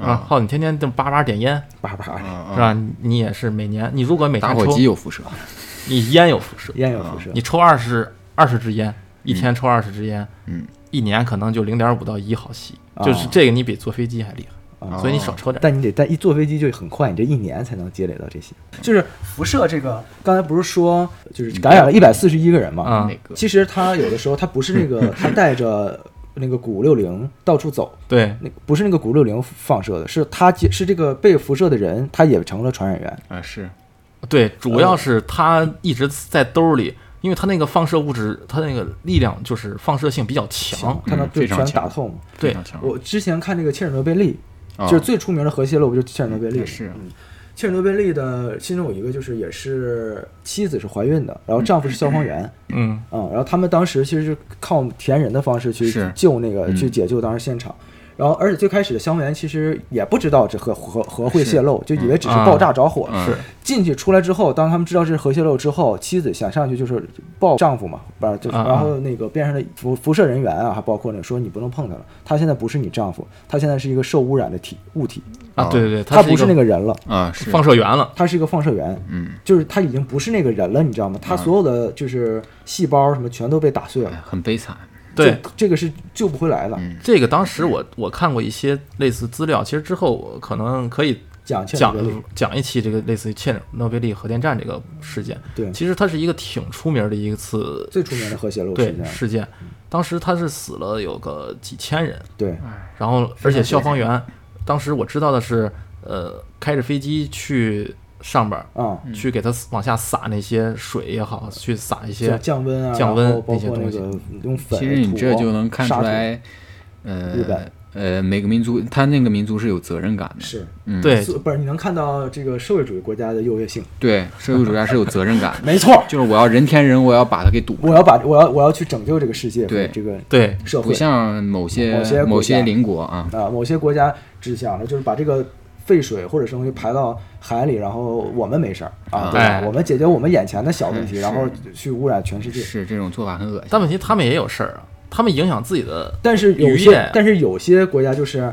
Speaker 3: 啊，
Speaker 1: 好，你天天这么叭叭点烟
Speaker 2: 叭叭
Speaker 3: 啊
Speaker 2: 的，
Speaker 1: 是
Speaker 3: 啊，
Speaker 1: 吧？你也是每年，你如果每
Speaker 3: 打
Speaker 1: 天
Speaker 3: 火
Speaker 1: 抽
Speaker 3: 机，有辐射，
Speaker 1: 你烟有辐射，
Speaker 2: 烟有辐射。
Speaker 1: 你抽二十二十支烟，一天抽二十支烟，
Speaker 3: 嗯，
Speaker 1: 一年可能就零点五到一毫系，
Speaker 2: 啊
Speaker 1: 就是这个你比坐飞机还厉害，
Speaker 3: 嗯
Speaker 2: 啊
Speaker 1: 所以你少抽点。
Speaker 2: 但你得，但一坐飞机就很快，你这一年才能积累到这些。就是辐射这个，刚才不是说就是感染了一百四十一个人嘛？
Speaker 1: 啊
Speaker 3: 哪个？
Speaker 2: 其实他有的时候他不是那
Speaker 1: <laughs>
Speaker 2: 个，他带着那个钴六零到处走，
Speaker 1: 对，
Speaker 2: 那个不是那个钴六零放射的，是他接是这个被辐射的人，他也成了传染源。
Speaker 3: 啊是，
Speaker 1: 对，主要是它一直在兜里，因为它那个放射物质，它那个力量就是放射性比较强。嗯
Speaker 2: 他能
Speaker 3: 嗯
Speaker 2: 对
Speaker 3: 非常
Speaker 2: 全
Speaker 3: 强
Speaker 2: 打透嘛。
Speaker 1: 对
Speaker 3: 非常强
Speaker 2: 我之前看那个切尔诺贝利，
Speaker 3: 啊
Speaker 2: 就是最出名的核泄漏，不就是切尔诺贝利
Speaker 3: 也
Speaker 2: 吗？
Speaker 3: 是啊，
Speaker 2: 切尔诺贝利的其中有一个就是也是妻子是怀孕的，然后丈夫是消防员，
Speaker 1: 嗯，
Speaker 2: 嗯，然后他们当时其实是靠填人的方式去
Speaker 3: 是
Speaker 2: 救那个
Speaker 3: 嗯
Speaker 2: 去解救当时现场。然后，而且最开始的消防员其实也不知道这核核核会泄漏，就以为只是爆炸着火。
Speaker 3: 嗯
Speaker 1: 是
Speaker 2: 进去出来之后，当他们知道这是核泄漏之后，妻子想上去就是抱丈夫嘛，不是就是，
Speaker 1: 啊啊
Speaker 2: 然后那个边上的辐辐射人员啊，还包括那个说你不能碰他了，他现在不是你丈夫，他现在是一个受污染的体物体，
Speaker 1: 啊，
Speaker 3: 哦
Speaker 1: 对对对，
Speaker 2: 他
Speaker 1: 它
Speaker 2: 不是
Speaker 1: 是
Speaker 2: 那
Speaker 1: 一
Speaker 2: 个人了，
Speaker 3: 啊是，
Speaker 1: 放射源了。
Speaker 2: 他是一个放射源。
Speaker 3: 嗯，
Speaker 2: 就是他已经不是那个人了，你知道吗？他所有的就是细胞什么全都被打碎了
Speaker 3: 哎，很悲惨，
Speaker 1: 对，嗯
Speaker 2: 这，这个是救不回来了。
Speaker 1: 这个当时我我看过一些类似资料，其实之后我可能可以
Speaker 2: 讲切尔
Speaker 1: 讲
Speaker 2: 诺贝利，
Speaker 1: 讲一期这个类似于切尔诺贝利核电站这个事件。
Speaker 2: 对，
Speaker 1: 其实它是一个挺出名的一次
Speaker 2: 最出名的核泄漏事
Speaker 1: 对
Speaker 2: 件，
Speaker 1: 事件，当时它是死了有个几千人，
Speaker 2: 对，
Speaker 1: 然后而且消防员，当时我知道的是，呃，开着飞机去上边儿，
Speaker 2: 啊，
Speaker 3: 嗯
Speaker 1: 去给它往下撒那些水也好，去撒一些
Speaker 2: 像降温啊，
Speaker 1: 降温
Speaker 2: 然后包括
Speaker 1: 那
Speaker 2: 那
Speaker 1: 些
Speaker 2: 个用粉，
Speaker 3: 其实你这
Speaker 2: 土
Speaker 3: 就能看出
Speaker 2: 沙土
Speaker 3: 来，
Speaker 2: 日
Speaker 3: 呃
Speaker 2: 本
Speaker 3: 呃，每个民族他那个民族是有责任感的，
Speaker 2: 是，
Speaker 3: 嗯，
Speaker 1: 对
Speaker 2: 所不是你能看到这个社会主义国家的优越性，
Speaker 3: 对，社会主义国家是有责任感的，
Speaker 2: 没错，
Speaker 3: 就是我要人填人，我要把它给堵，
Speaker 2: 我要把我要我要去拯救这个世界，
Speaker 3: 对
Speaker 2: 这个
Speaker 1: 对
Speaker 2: 社
Speaker 3: 不
Speaker 2: 会
Speaker 3: 像某些
Speaker 2: 某些国
Speaker 3: 某些
Speaker 2: 家
Speaker 3: 邻国啊，
Speaker 2: 啊，某些国家只想着就是把这个。废水或者什么就排到海里，然后我们没事儿啊，对吧
Speaker 1: 哎？
Speaker 2: 我们解决我们眼前的小问题，
Speaker 3: 嗯
Speaker 2: 然后
Speaker 3: 是
Speaker 2: 去污染全世界。
Speaker 3: 是这种做法很恶心
Speaker 1: 但问题他们也有事儿啊，他们影响自己的
Speaker 2: 但是有
Speaker 1: 渔
Speaker 2: 些
Speaker 1: 业，
Speaker 2: 但是有些国家就是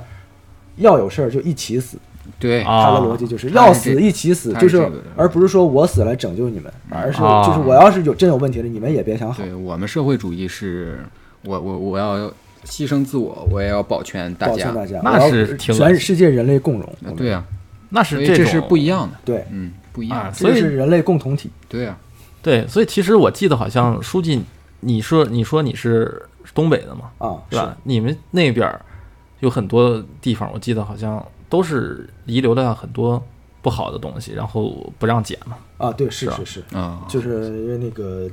Speaker 2: 要有事儿就一起死，
Speaker 3: 对，
Speaker 1: 啊
Speaker 2: 他的逻辑就是
Speaker 3: 他
Speaker 2: 要
Speaker 3: 是这
Speaker 2: 死一起死，
Speaker 3: 他
Speaker 2: 就是是
Speaker 3: 这个的
Speaker 2: 而不是说我死来拯救你们，而是
Speaker 1: 啊
Speaker 2: 就是我要是有真有问题了，你们也别想好。
Speaker 3: 对我们社会主义是，我我我要牺牲自我，我也要保全大
Speaker 2: 抱
Speaker 3: 家
Speaker 2: 歉。大家，
Speaker 1: 那
Speaker 2: 我要
Speaker 1: 是挺恶
Speaker 2: 全
Speaker 1: 心
Speaker 2: 世界人类共荣。我
Speaker 3: 啊
Speaker 2: 们
Speaker 3: 对啊，
Speaker 1: 那
Speaker 3: 所
Speaker 1: 是
Speaker 3: 以
Speaker 1: 这
Speaker 3: 这
Speaker 1: 种
Speaker 3: 是不一样的。
Speaker 2: 对，
Speaker 3: 嗯，不一
Speaker 1: 啊
Speaker 3: 样。
Speaker 1: 所以
Speaker 2: 这就是人类共同体。
Speaker 3: 对啊，
Speaker 1: 对，所以其实我记得好像书记，你说你说你是东北的嘛，
Speaker 2: 啊，
Speaker 1: 对吧？你们那边儿有很多地方，我记得好像都是遗留了很多不好的东西，然后不让捡嘛。
Speaker 2: 啊，对，是
Speaker 1: 是啊
Speaker 2: 是是，
Speaker 3: 啊，
Speaker 2: 就是因为那个，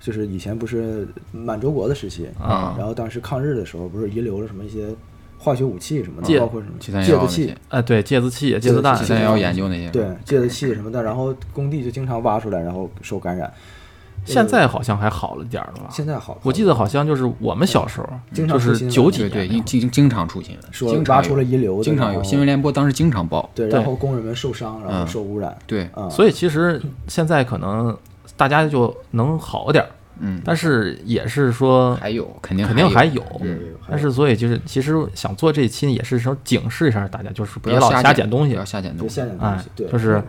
Speaker 2: 就是以前不是满洲国的时期，
Speaker 1: 啊
Speaker 2: 然后当时抗日的时候，不是遗留了什么一些化学武器什么的，
Speaker 1: 戒
Speaker 2: 包括什么
Speaker 3: 七三
Speaker 2: 戒
Speaker 3: 幺
Speaker 2: 子
Speaker 3: 那些
Speaker 2: 气，，
Speaker 1: 哎，对，芥子气、芥
Speaker 2: 子
Speaker 1: 子蛋
Speaker 2: 气
Speaker 3: 七
Speaker 2: 戒
Speaker 3: 三
Speaker 2: 子
Speaker 3: 幺研究那些，
Speaker 2: 对，戒子气什么的，然后工地就经常挖出来，然后受感染。
Speaker 1: 现在好像还好了点儿了吧？
Speaker 2: 现在好，
Speaker 1: 我记得好像就是我们小时候，
Speaker 2: 经
Speaker 1: 就
Speaker 2: 常出
Speaker 1: 是
Speaker 2: 新闻
Speaker 1: 九几
Speaker 3: 对
Speaker 1: 年
Speaker 3: 对，
Speaker 1: 那会
Speaker 3: 因
Speaker 1: 儿
Speaker 3: 经经常出现，
Speaker 2: 说
Speaker 3: 经
Speaker 2: 挖
Speaker 3: 常
Speaker 2: 出了遗留的，
Speaker 3: 经常有
Speaker 2: 然后
Speaker 3: 新闻联播，当时经常报。
Speaker 2: 对，
Speaker 1: 对
Speaker 2: 然后工人们受伤，然后
Speaker 3: 嗯
Speaker 2: 受污染，
Speaker 3: 对，
Speaker 2: 啊，
Speaker 1: 所以其实现在可能大家就能好点儿，
Speaker 3: 嗯，
Speaker 1: 但是也是说
Speaker 3: 还有肯定
Speaker 1: 肯定还
Speaker 3: 有，
Speaker 1: 有。
Speaker 3: 嗯
Speaker 1: 但是，所以就是，其实想做这一期也是说警示一下大家，就是
Speaker 3: 不
Speaker 1: 别
Speaker 3: 要
Speaker 1: 老瞎
Speaker 3: 捡
Speaker 1: 捡东西
Speaker 3: 不要，瞎捡
Speaker 2: 嗯就
Speaker 3: 东西。
Speaker 2: 现在的东西
Speaker 1: 哎，
Speaker 2: 对，
Speaker 1: 就是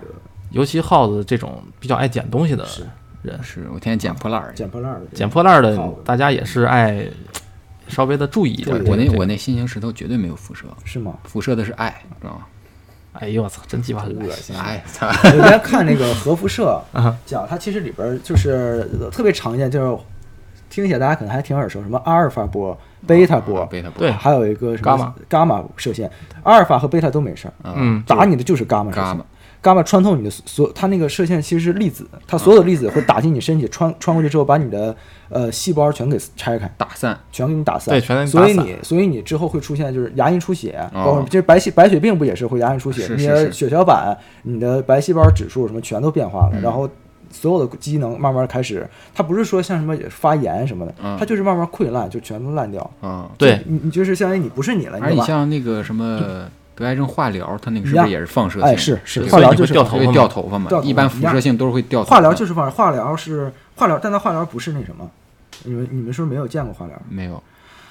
Speaker 1: 尤其耗子这种比较爱捡东西的
Speaker 2: 是
Speaker 1: 人，
Speaker 3: 是我天天捡破烂儿去，
Speaker 2: 捡破烂儿的，
Speaker 1: 捡破烂儿的
Speaker 2: 耗子
Speaker 1: 大家也是爱稍微的注意一点
Speaker 2: 对。
Speaker 3: 我那
Speaker 1: 对
Speaker 3: 我那心形石头绝对没有辐射，
Speaker 2: 是吗？
Speaker 3: 辐射的是爱，知道吗？哎
Speaker 1: 哎呦我操，真鸡巴恶
Speaker 2: 恶
Speaker 1: 心！
Speaker 2: 心。
Speaker 3: 爱，操，
Speaker 2: 我原来看那个核辐射
Speaker 1: 啊，
Speaker 2: 讲它其实里边儿就是呃特别常见，就是听起来大家可能还挺耳熟，什么阿尔法波、贝塔波，
Speaker 3: 贝塔波，
Speaker 1: 对
Speaker 2: 还有一个什
Speaker 1: 伽
Speaker 2: 么
Speaker 1: 马
Speaker 2: 伽马射线，阿尔法和贝塔都没事儿，
Speaker 1: 嗯，
Speaker 2: 打你的就是伽马射
Speaker 3: 伽
Speaker 2: 线
Speaker 3: 马。
Speaker 2: 伽马穿透你的所，它那个射线其实是粒子，它所有的粒子会打进你身体，穿穿过去之后，把你的呃细胞全给拆开，
Speaker 3: 打散，
Speaker 2: 全给你打散，
Speaker 1: 对全给你打
Speaker 2: 所以
Speaker 1: 散哦
Speaker 2: 你所以你之后会出现就是牙龈出血，包括就是白血白血病不也是会牙龈出血，
Speaker 3: 是
Speaker 2: 你
Speaker 3: 是
Speaker 2: 的
Speaker 3: 是
Speaker 2: 血小板、你的白细胞指数什么全都变化
Speaker 1: 嗯
Speaker 2: 了，然后所有的机能慢慢开始，它不是说像什么发炎什么的，
Speaker 3: 嗯
Speaker 2: 它就是慢慢溃烂，就全都烂掉。
Speaker 3: 啊，
Speaker 1: 对，
Speaker 2: 你你就是相当于你不是你了，
Speaker 3: 而
Speaker 2: 哎你
Speaker 3: 你
Speaker 2: 懂吧？
Speaker 3: 像那个什么得癌症化疗，它那个是
Speaker 2: 一
Speaker 3: 不
Speaker 2: 样
Speaker 3: 是也是放射性的？
Speaker 2: 哎，是是，
Speaker 3: 对
Speaker 2: 化
Speaker 1: 所以
Speaker 2: 疗
Speaker 1: 你
Speaker 2: 就
Speaker 1: 会
Speaker 2: 是
Speaker 1: 掉
Speaker 3: 就啊会掉头发嘛
Speaker 2: 掉头，发
Speaker 3: 一般辐射性都是会掉头发。
Speaker 2: 化疗就是放化疗是化疗，但它化疗不是那什么。你们你们是不是没有见过化疗？
Speaker 3: 没有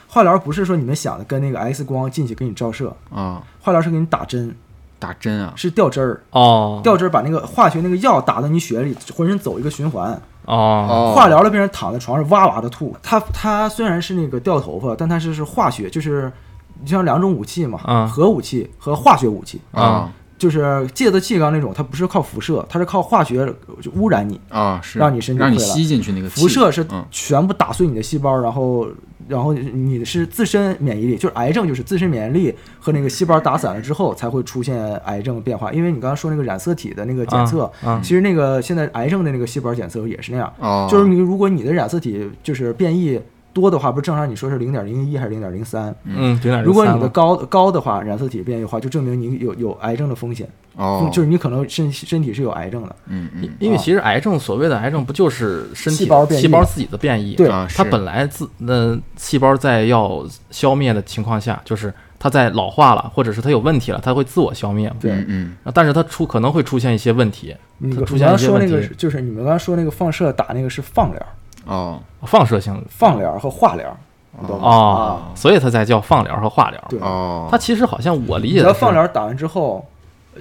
Speaker 2: 化疗不是说你们想的跟那个 X 光进去给你照射，
Speaker 3: 啊，
Speaker 2: 化疗是给你打针，
Speaker 3: 打针啊，
Speaker 2: 是掉针儿，
Speaker 1: 哦
Speaker 2: 掉针儿把那个化学那个药打到你血里，浑身走一个循环。
Speaker 1: 哦，
Speaker 3: 哦，
Speaker 2: 化疗的病人躺在床上哇哇的吐，他他虽然是那个掉头发，但他是是化学，就是你像两种武器嘛，
Speaker 1: 嗯
Speaker 2: 核武器和化学武器，
Speaker 3: 啊
Speaker 2: 就是芥子气缸那种，它不是靠辐射，它是靠化学就污染你。
Speaker 3: 啊，是
Speaker 2: 让你身体
Speaker 3: 让你
Speaker 2: 溃烂
Speaker 3: 吸进去那个气
Speaker 2: 辐射是
Speaker 3: 嗯
Speaker 2: 全部打碎你的细胞，然后，然后你是自身免疫力，就是癌症，就是自身免疫力和那个细胞打散了之后才会出现癌症变化。因为你刚刚说那个染色体的那个检测，
Speaker 1: 嗯嗯
Speaker 2: 其实那个现在癌症的那个细胞检测也是那样，
Speaker 3: 哦，
Speaker 2: 就是你如果你的染色体就是变异多的话，不是正常你说是零点零一还是零点零三？
Speaker 1: 嗯，零点
Speaker 2: 如果你的高高的话，染色体变异的话，就证明你有有癌症的风险，
Speaker 3: 哦，
Speaker 2: 嗯就是你可能身身体是有癌症的。
Speaker 3: 嗯嗯
Speaker 1: 因为其实癌症所谓的癌症，不就是身体
Speaker 2: 啊细胞变异
Speaker 1: 细胞自己的变异？
Speaker 2: 对
Speaker 3: 啊
Speaker 1: 它
Speaker 3: 是
Speaker 1: 本来自那细胞在要消灭的情况下，就是它在老化了，或者是它有问题了，它会自我消灭嘛。
Speaker 2: 对
Speaker 3: 嗯嗯，
Speaker 1: 啊但是它出可能会出现一些问题，
Speaker 2: 你
Speaker 1: 它
Speaker 2: 你
Speaker 1: 出
Speaker 2: 刚
Speaker 1: 现一
Speaker 2: 刚
Speaker 1: 些
Speaker 2: 说
Speaker 1: 问
Speaker 2: 那
Speaker 1: 题，
Speaker 2: 个就是你们刚刚说那个放射打那个是放疗，
Speaker 3: 哦
Speaker 1: 放射性
Speaker 2: 放疗和化疗，你懂吗？
Speaker 1: 哦，所以它才叫放疗和化疗。
Speaker 2: 对
Speaker 3: 哦，
Speaker 1: 它其实好像我理
Speaker 2: 你
Speaker 1: 解
Speaker 2: 知
Speaker 1: 的
Speaker 2: 道
Speaker 1: 是
Speaker 2: 放疗打完之后，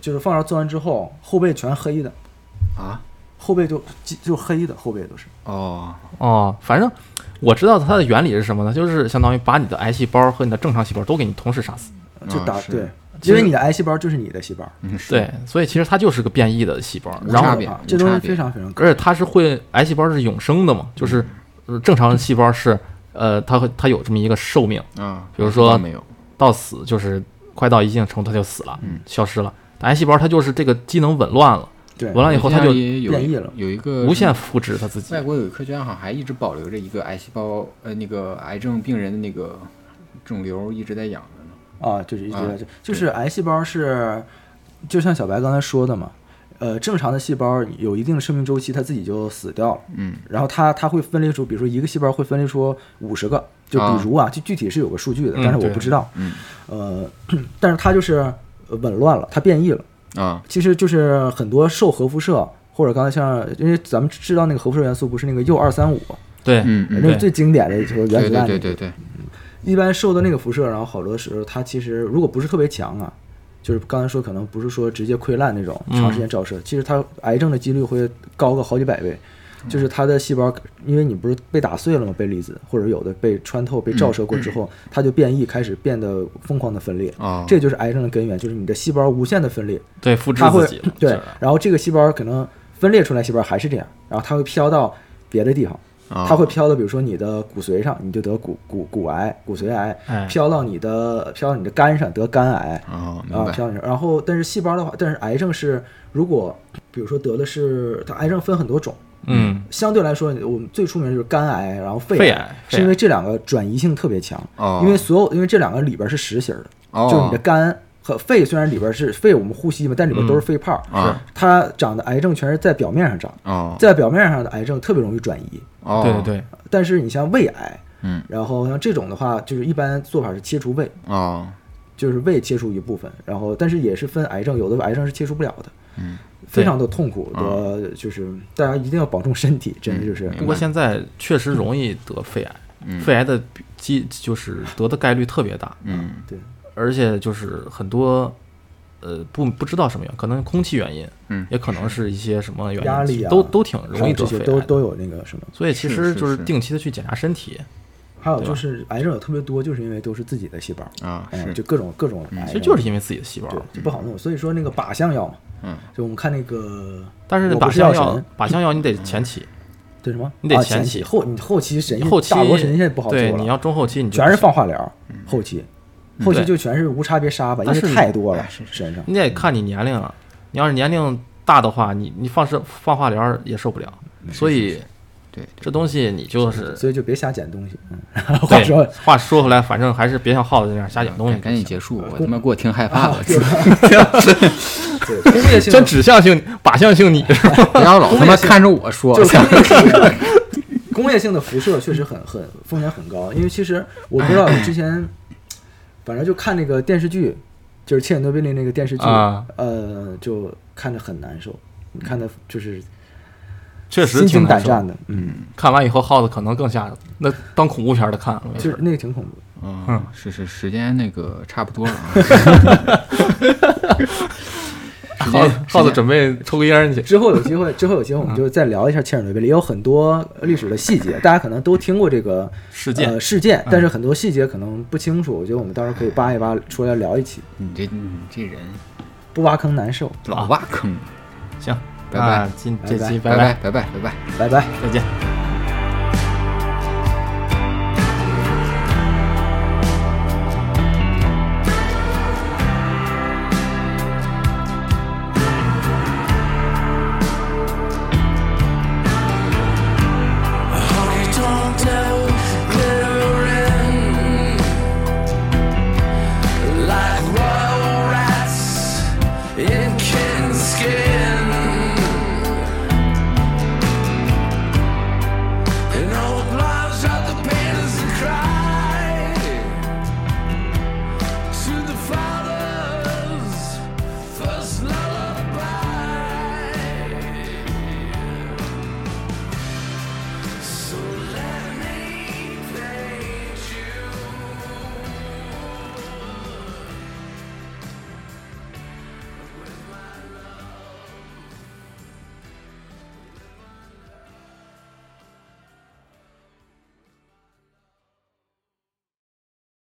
Speaker 2: 就是放疗做完之后，后背全黑的，
Speaker 3: 啊
Speaker 2: 后背就就就黑的，后背都是。
Speaker 3: 哦
Speaker 1: 哦，反正我知道它的原理是什么呢？就是相当于把你的癌细胞和你的正常细胞都给你同时杀死。
Speaker 2: 就打、
Speaker 3: 啊是
Speaker 2: 对，
Speaker 1: 其
Speaker 2: 因
Speaker 1: 实
Speaker 2: 为你的癌细胞就是你的细胞，
Speaker 3: 嗯是
Speaker 1: 对，所以其实它就是个变异的细胞，
Speaker 3: 无
Speaker 1: 然后
Speaker 3: 差别
Speaker 2: 啊，
Speaker 3: 无
Speaker 2: 这东
Speaker 3: 差
Speaker 2: 西
Speaker 3: 别
Speaker 2: 非常非常高。
Speaker 1: 而且它是会癌细胞是永生的
Speaker 2: 嗯
Speaker 1: 嘛，就是呃正常细胞是呃它会它有这么一个寿命，
Speaker 3: 啊，
Speaker 1: 比如说
Speaker 3: 那没有
Speaker 1: 到死就是快到一定程度它就死了，
Speaker 3: 嗯
Speaker 1: 消失了。但癌细胞它就是这个机能紊乱了，
Speaker 2: 对，
Speaker 1: 紊乱以后它就
Speaker 3: 我记得也有
Speaker 2: 变异了
Speaker 3: 有一个
Speaker 1: 无限复制它自己
Speaker 3: 外。国有一科学家好像还一直保留着一个癌细胞，呃，那个癌症病人的那个肿瘤一直在养着呢。
Speaker 2: 啊，就是一直
Speaker 3: 啊
Speaker 2: 在这，就是癌细胞是，就像小白刚才说的嘛，呃，正常的细胞有一定的生命周期，它自己就死掉了。
Speaker 3: 嗯，
Speaker 2: 然后它它会分裂出，比如说一个细胞会分裂出五十个，就比如啊，就具体是有个数据的，
Speaker 1: 嗯
Speaker 2: 但是我
Speaker 1: 对
Speaker 2: 不知道。
Speaker 3: 嗯
Speaker 2: 呃， <coughs> 但是它就是呃紊乱了，它变异了。
Speaker 3: 啊，
Speaker 2: 其实就是很多受核辐射，或者刚才像，因为咱们知道那个核辐射元素不是那个铀二三五，
Speaker 1: 对，
Speaker 3: 嗯
Speaker 2: 那
Speaker 3: 嗯，
Speaker 2: 是
Speaker 1: 对
Speaker 2: 最经典的就是原
Speaker 3: 对
Speaker 2: 子
Speaker 3: 对
Speaker 2: 弹那
Speaker 3: 对
Speaker 2: 个。
Speaker 3: 对对，
Speaker 2: 一般受到那个辐射，然后好多时候它其实如果不是特别强啊，就是刚才说可能不是说直接溃烂那种
Speaker 1: 嗯
Speaker 2: 长时间照射，其实它癌症的几率会高个好几百倍。就是它的细胞，因为你不是被打碎了吗？被离子或者有的被穿透、被照射过之后，它就变异，开始变得疯狂的分裂。
Speaker 3: 哦，
Speaker 2: 这就是癌症的根源，就是你的细胞无限的分裂，
Speaker 1: 对，复制
Speaker 2: 它会
Speaker 1: 自己了。
Speaker 2: 对
Speaker 1: 是，
Speaker 2: 然后这个细胞可能分裂出来细胞还是这样，然后它会飘到别的地方，
Speaker 3: 哦
Speaker 2: 它会飘到比如说你的骨髓上，你就得骨骨骨癌、骨髓癌
Speaker 1: 哎，
Speaker 2: 飘到你的飘到你的肝上得肝癌
Speaker 3: 哦，明
Speaker 2: 啊，
Speaker 3: 白
Speaker 2: 飘到你这儿。然后但是细胞的话，但是癌症是如果比如说得的是它癌症分很多种，
Speaker 1: 嗯，
Speaker 2: 相对来说我们最出名的就是肝癌，然后肺
Speaker 1: 肺
Speaker 2: 癌
Speaker 1: 癌，
Speaker 2: 是因
Speaker 1: 肺
Speaker 2: 为
Speaker 1: 癌
Speaker 2: 这两个转移性特别强，
Speaker 3: 哦，
Speaker 2: 因为所有因为这两个里边是实心儿的。
Speaker 3: 哦，
Speaker 2: 就是你的肝和肺，虽然里边是肺我们呼吸嘛，但里边都是
Speaker 1: 嗯
Speaker 2: 肺泡，
Speaker 3: 啊
Speaker 2: 它长的癌症全是在表面上长，
Speaker 3: 哦
Speaker 2: 在表面上的癌症特别容易转移，
Speaker 3: 哦，
Speaker 1: 对对对，
Speaker 2: 但是你像胃癌，
Speaker 3: 嗯
Speaker 2: 然后像这种的话，就是一般做法是切除胃，
Speaker 3: 哦
Speaker 2: 就是胃切除一部分，然后但是也是分癌症，有的癌症是切除不了的，
Speaker 3: 嗯
Speaker 2: 非常的痛苦的，就是大家一定要保重身体，真的就是
Speaker 1: 不过现在确实容易得肺癌，
Speaker 3: 嗯
Speaker 1: 肺癌的比机就是得的概率特别大。
Speaker 3: 嗯
Speaker 2: 对。
Speaker 1: 而且就是很多，呃，不不知道什么原因，可能空气原因，
Speaker 3: 嗯
Speaker 1: 也可能是一些什么原因，
Speaker 2: 压力啊
Speaker 1: 都都挺容易
Speaker 2: 这
Speaker 1: 得
Speaker 2: 些
Speaker 1: 肺
Speaker 2: 都
Speaker 1: 癌的。
Speaker 2: 都有那个什么，
Speaker 1: 所以其
Speaker 3: 是
Speaker 1: 实
Speaker 3: 是
Speaker 1: 就是
Speaker 3: 是哎
Speaker 1: 定期的去检查身体，
Speaker 2: 还有就是癌症有特别多，就是因为都是自己的细胞，
Speaker 3: 啊
Speaker 2: 嗯，
Speaker 3: 是
Speaker 2: 就各种各种癌症，
Speaker 1: 其实就是因为自己的细胞。嗯
Speaker 2: 对，就不好弄。所以说那个靶向药嘛，
Speaker 3: 嗯，
Speaker 2: 就我们看那个，
Speaker 1: 但是
Speaker 2: 我不
Speaker 1: 靶
Speaker 2: 是
Speaker 1: 向
Speaker 2: 药
Speaker 1: 药
Speaker 2: 神，
Speaker 1: 靶向药你得前期，
Speaker 2: 对什么？
Speaker 1: 你得
Speaker 2: 啊
Speaker 1: 前
Speaker 2: 前
Speaker 1: 期
Speaker 2: 后你后期神仙
Speaker 1: 后期
Speaker 2: 大国神仙不好做
Speaker 1: 对，
Speaker 2: 了，
Speaker 1: 你要中后期你就嗯
Speaker 2: 全是
Speaker 1: 不行
Speaker 2: 放化疗，后期后期就全是无差别杀吧，因
Speaker 3: 但
Speaker 2: 为
Speaker 3: 是
Speaker 2: 太多了
Speaker 3: 哎是是
Speaker 2: 身上。
Speaker 1: 你得看你年龄啊，你要是年龄大的话，你你放生放化疗儿也受不了，所以
Speaker 3: 对对
Speaker 1: 这东西你
Speaker 2: <laughs>
Speaker 1: 就是
Speaker 2: 所以就别瞎捡东西。嗯，话
Speaker 1: <laughs>
Speaker 2: 说
Speaker 1: 对话说回来，反正还是别像耗子那样瞎讲东西就行，
Speaker 3: 赶紧结束，我他妈给我听害怕了， <laughs>
Speaker 2: 对工业性
Speaker 1: 真指向性靶向 <laughs> 性你是吧？
Speaker 3: 不要老他妈看着我说，
Speaker 2: 就
Speaker 3: 我
Speaker 2: 是
Speaker 3: 操
Speaker 2: 工业性的工业性的辐射确实很很风险很高，因为其实我不知道之
Speaker 1: 哎
Speaker 2: 前，反正就看那个电视剧，就是《切尔诺贝利》那个电视剧
Speaker 1: 啊，
Speaker 2: 呃，就看着很难受，你看的就是
Speaker 1: 确实
Speaker 2: 心
Speaker 1: 挺
Speaker 2: 惊
Speaker 1: 难
Speaker 2: 胆
Speaker 1: 受。
Speaker 2: 战的，嗯，
Speaker 1: 看完以后，耗子可能更吓人，那当恐怖片儿的看了。
Speaker 2: 就是那个挺恐怖的。
Speaker 3: <laughs> 嗯，是是，时间那个差不多了啊。时
Speaker 1: 耗子
Speaker 3: 间
Speaker 1: 耗子
Speaker 3: 时间
Speaker 1: 准备抽根烟
Speaker 2: <laughs>
Speaker 1: 儿去。
Speaker 2: 之后有机
Speaker 1: <laughs>
Speaker 2: 会，之后有机会我
Speaker 1: 嗯
Speaker 2: 们就再聊一下切尔诺贝利，也有很多历史的细
Speaker 1: <laughs>
Speaker 2: 节，大家可能都听过这个
Speaker 1: 事件嗯
Speaker 2: 呃、事件，但是很多细节可能不清楚。我觉得我们到时候可以扒一扒，出来聊一期，
Speaker 3: 你这你这人
Speaker 2: 不挖坑难受。
Speaker 3: 老挖坑，
Speaker 1: 行，
Speaker 3: 拜拜
Speaker 1: 那啊今这期
Speaker 3: 拜
Speaker 1: 拜，
Speaker 3: 拜拜拜拜。
Speaker 2: 拜拜。
Speaker 1: 再见。
Speaker 4: Like wild rats in